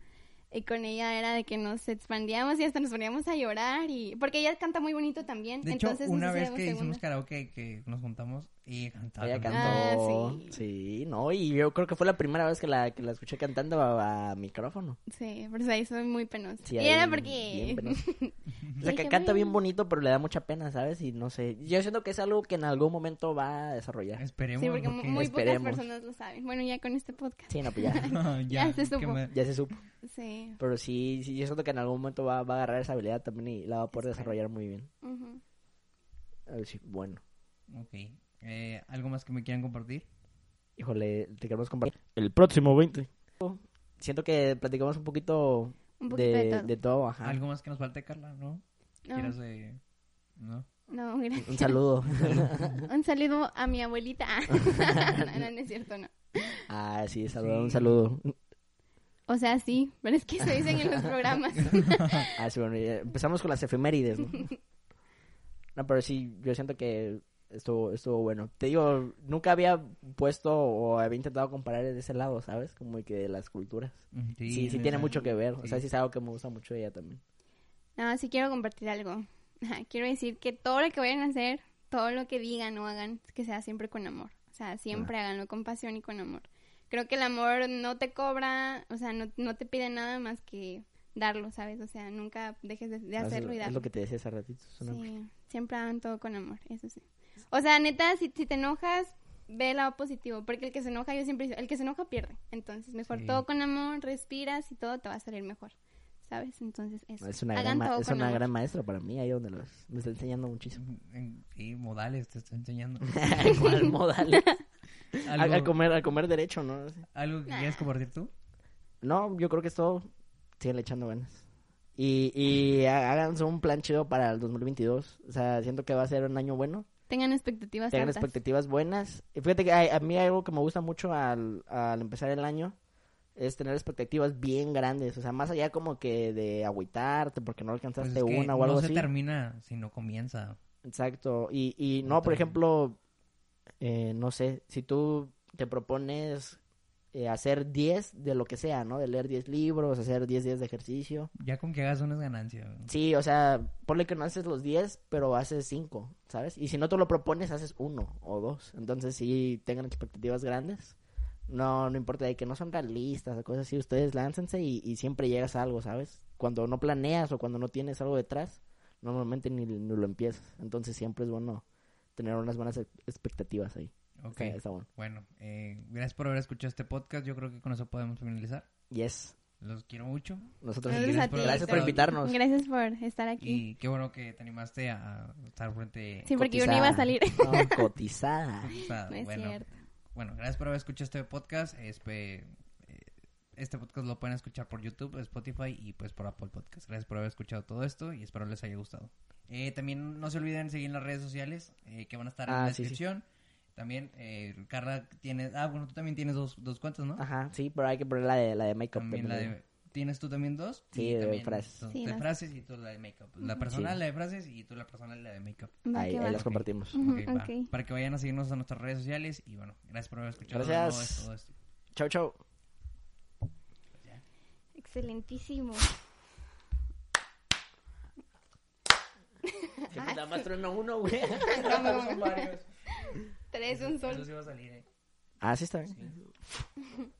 Y con ella era de que nos expandíamos y hasta nos poníamos a llorar y porque ella canta muy bonito también. De hecho, entonces nos una vez hacíamos que hicimos segundas. karaoke, que nos juntamos y cantaba. Ella también. cantó. Ah, sí. sí. no, y yo creo que fue la primera vez que la, que la escuché cantando a, a micrófono. Sí, por eso ahí soy muy penosa. Sí, y ahí era bien porque penoso. O sea, Dije, "Mm". que canta bien "Bueno". bonito, pero le da mucha pena, ¿sabes? Y no sé. Yo siento que es algo que en algún momento va a desarrollar. Esperemos. Sí, porque mu- porque- muy Esperemos. pocas personas lo saben. Bueno, ya con este podcast. Sí, no, pues ya, ya, Ya se ¿qué supo. más? ya se supo. Sí. Pero sí, sí, yo siento que en algún momento va, va a agarrar esa habilidad también y la va a poder desarrollar muy bien. ujú. A ver si- bueno. Ok. Eh, ¿Algo más que me quieran compartir? Híjole, te queremos compartir. El próximo 20. Siento que platicamos un poquito, Un poquito de, todo. todo, ajá. ¿Algo más que nos falte, Carla? ¿No? No. ¿Quieras, eh, ¿No? No, gracias. Un saludo Un saludo a mi abuelita. no, no, no es cierto, no. Ah, sí, saludo, un Sí. saludo. O sea, sí, pero es que se dicen en los programas. Ah, sí, bueno, ya empezamos con las efemérides, ¿no? No, pero sí, yo siento que estuvo, estuvo bueno. Te digo, nunca había puesto o había intentado comparar de ese lado, ¿sabes? Como que de las culturas. Mm, Sí, sí, tiene esa- mucho que ver. O sí. sea, sí es algo que me gusta mucho de ella también. No, sí quiero compartir algo. Ajá, Quiero decir que todo lo que vayan a hacer, todo lo que digan o hagan, que sea siempre con amor. O sea, siempre háganlo con pasión y con amor. Creo que el amor no te cobra, o sea, no, no te pide nada más que darlo, ¿sabes? O sea, nunca dejes de, de Ah, es- hacerlo y es, darlo. lo que te decía hace ratito. es una- Sí, siempre hagan todo con amor, eso sí. O sea, neta, si, si te enojas, ve el lado positivo, porque el que se enoja, yo siempre digo, el que se enoja pierde. Entonces, mejor Sí. todo con amor, respiras y todo te va a salir mejor, ¿sabes? Entonces, eso. Es una, gran, Hagan ma- todo es con una amor. gran maestra para mí, ahí donde los, me está enseñando muchísimo. Mm, Sí, modales, te estoy enseñando. Igual, modales. A, a ¿Algo, comer, a comer derecho, ¿no? algo que quieras compartir tú? No, yo creo que es todo. Síganle echando ganas. Y, y ha- háganse un plan chido para el 2022. O sea, siento que va a ser un año bueno. Tengan expectativas Tengan altas. expectativas buenas. Y fíjate que hay- a, mí algo que me gusta mucho al, al empezar el año es tener expectativas bien grandes. O sea, más allá como que de agüitarte porque no Pues es alcanzaste que una o algo no así. se termina si no comienza. Exacto. Y, y no, por Otra. ejemplo, eh, no sé, si tú te propones eh, hacer 10 de lo que sea, ¿no? De leer 10 libros, hacer 10 días de ejercicio. Ya con que hagas unas ganancias. güey. Sí, o sea, ponle que no haces los 10, pero haces 5, ¿sabes? Y si no te lo propones, haces uno o dos. Entonces, sí, tengan expectativas grandes. No, no importa de que no son realistas o cosas así, ustedes láncense y, y siempre llegas a algo, ¿sabes? Cuando no planeas o cuando no tienes algo detrás, normalmente ni, ni lo empiezas. Entonces, siempre es bueno tener unas buenas ex- expectativas ahí. Ok. Está- está bueno. Bueno, eh, gracias por haber escuchado este podcast. Yo creo que con eso podemos finalizar. Yes. Los quiero mucho. Nosotros Gracias gracias, a ti, gracias por Héctor. invitarnos. Gracias por estar aquí. Y qué bueno que te animaste a estar frente sí, porque yo no iba a salir. Cotizada. No, cotizada. sea, No es bueno, cierto. bueno, gracias por haber escuchado este podcast. Este, este podcast lo pueden escuchar por YouTube, Spotify y pues por Apple Podcast. Gracias por haber escuchado todo esto y espero les haya gustado. Eh, también no se olviden seguir en las redes sociales eh, que van a estar en Ah, la sí, sí. descripción. También eh, Carla tiene, ah bueno, tú también tienes dos, dos cuentas, ¿no? Ajá, sí, pero hay que poner la de, la de makeup. También la también. de, tienes tú también dos. Sí, Y de también frases. son Sí, de las- frases y tú la de makeup. La personal, Sí. la de frases y tú la personal, la de makeup. Va Ahí, que ahí va. las compartimos. Ujú, Pues, Ok, va. ok. Para que vayan a seguirnos a nuestras redes sociales y bueno, gracias por haber escuchado de Gracias. nuevo esto, todo esto. Chau, chau. Excelentísimo. Nada más truena uno, güey. Son varios. Tres, un solo. Eso sí va a salir, eh. Ah, sí está bien.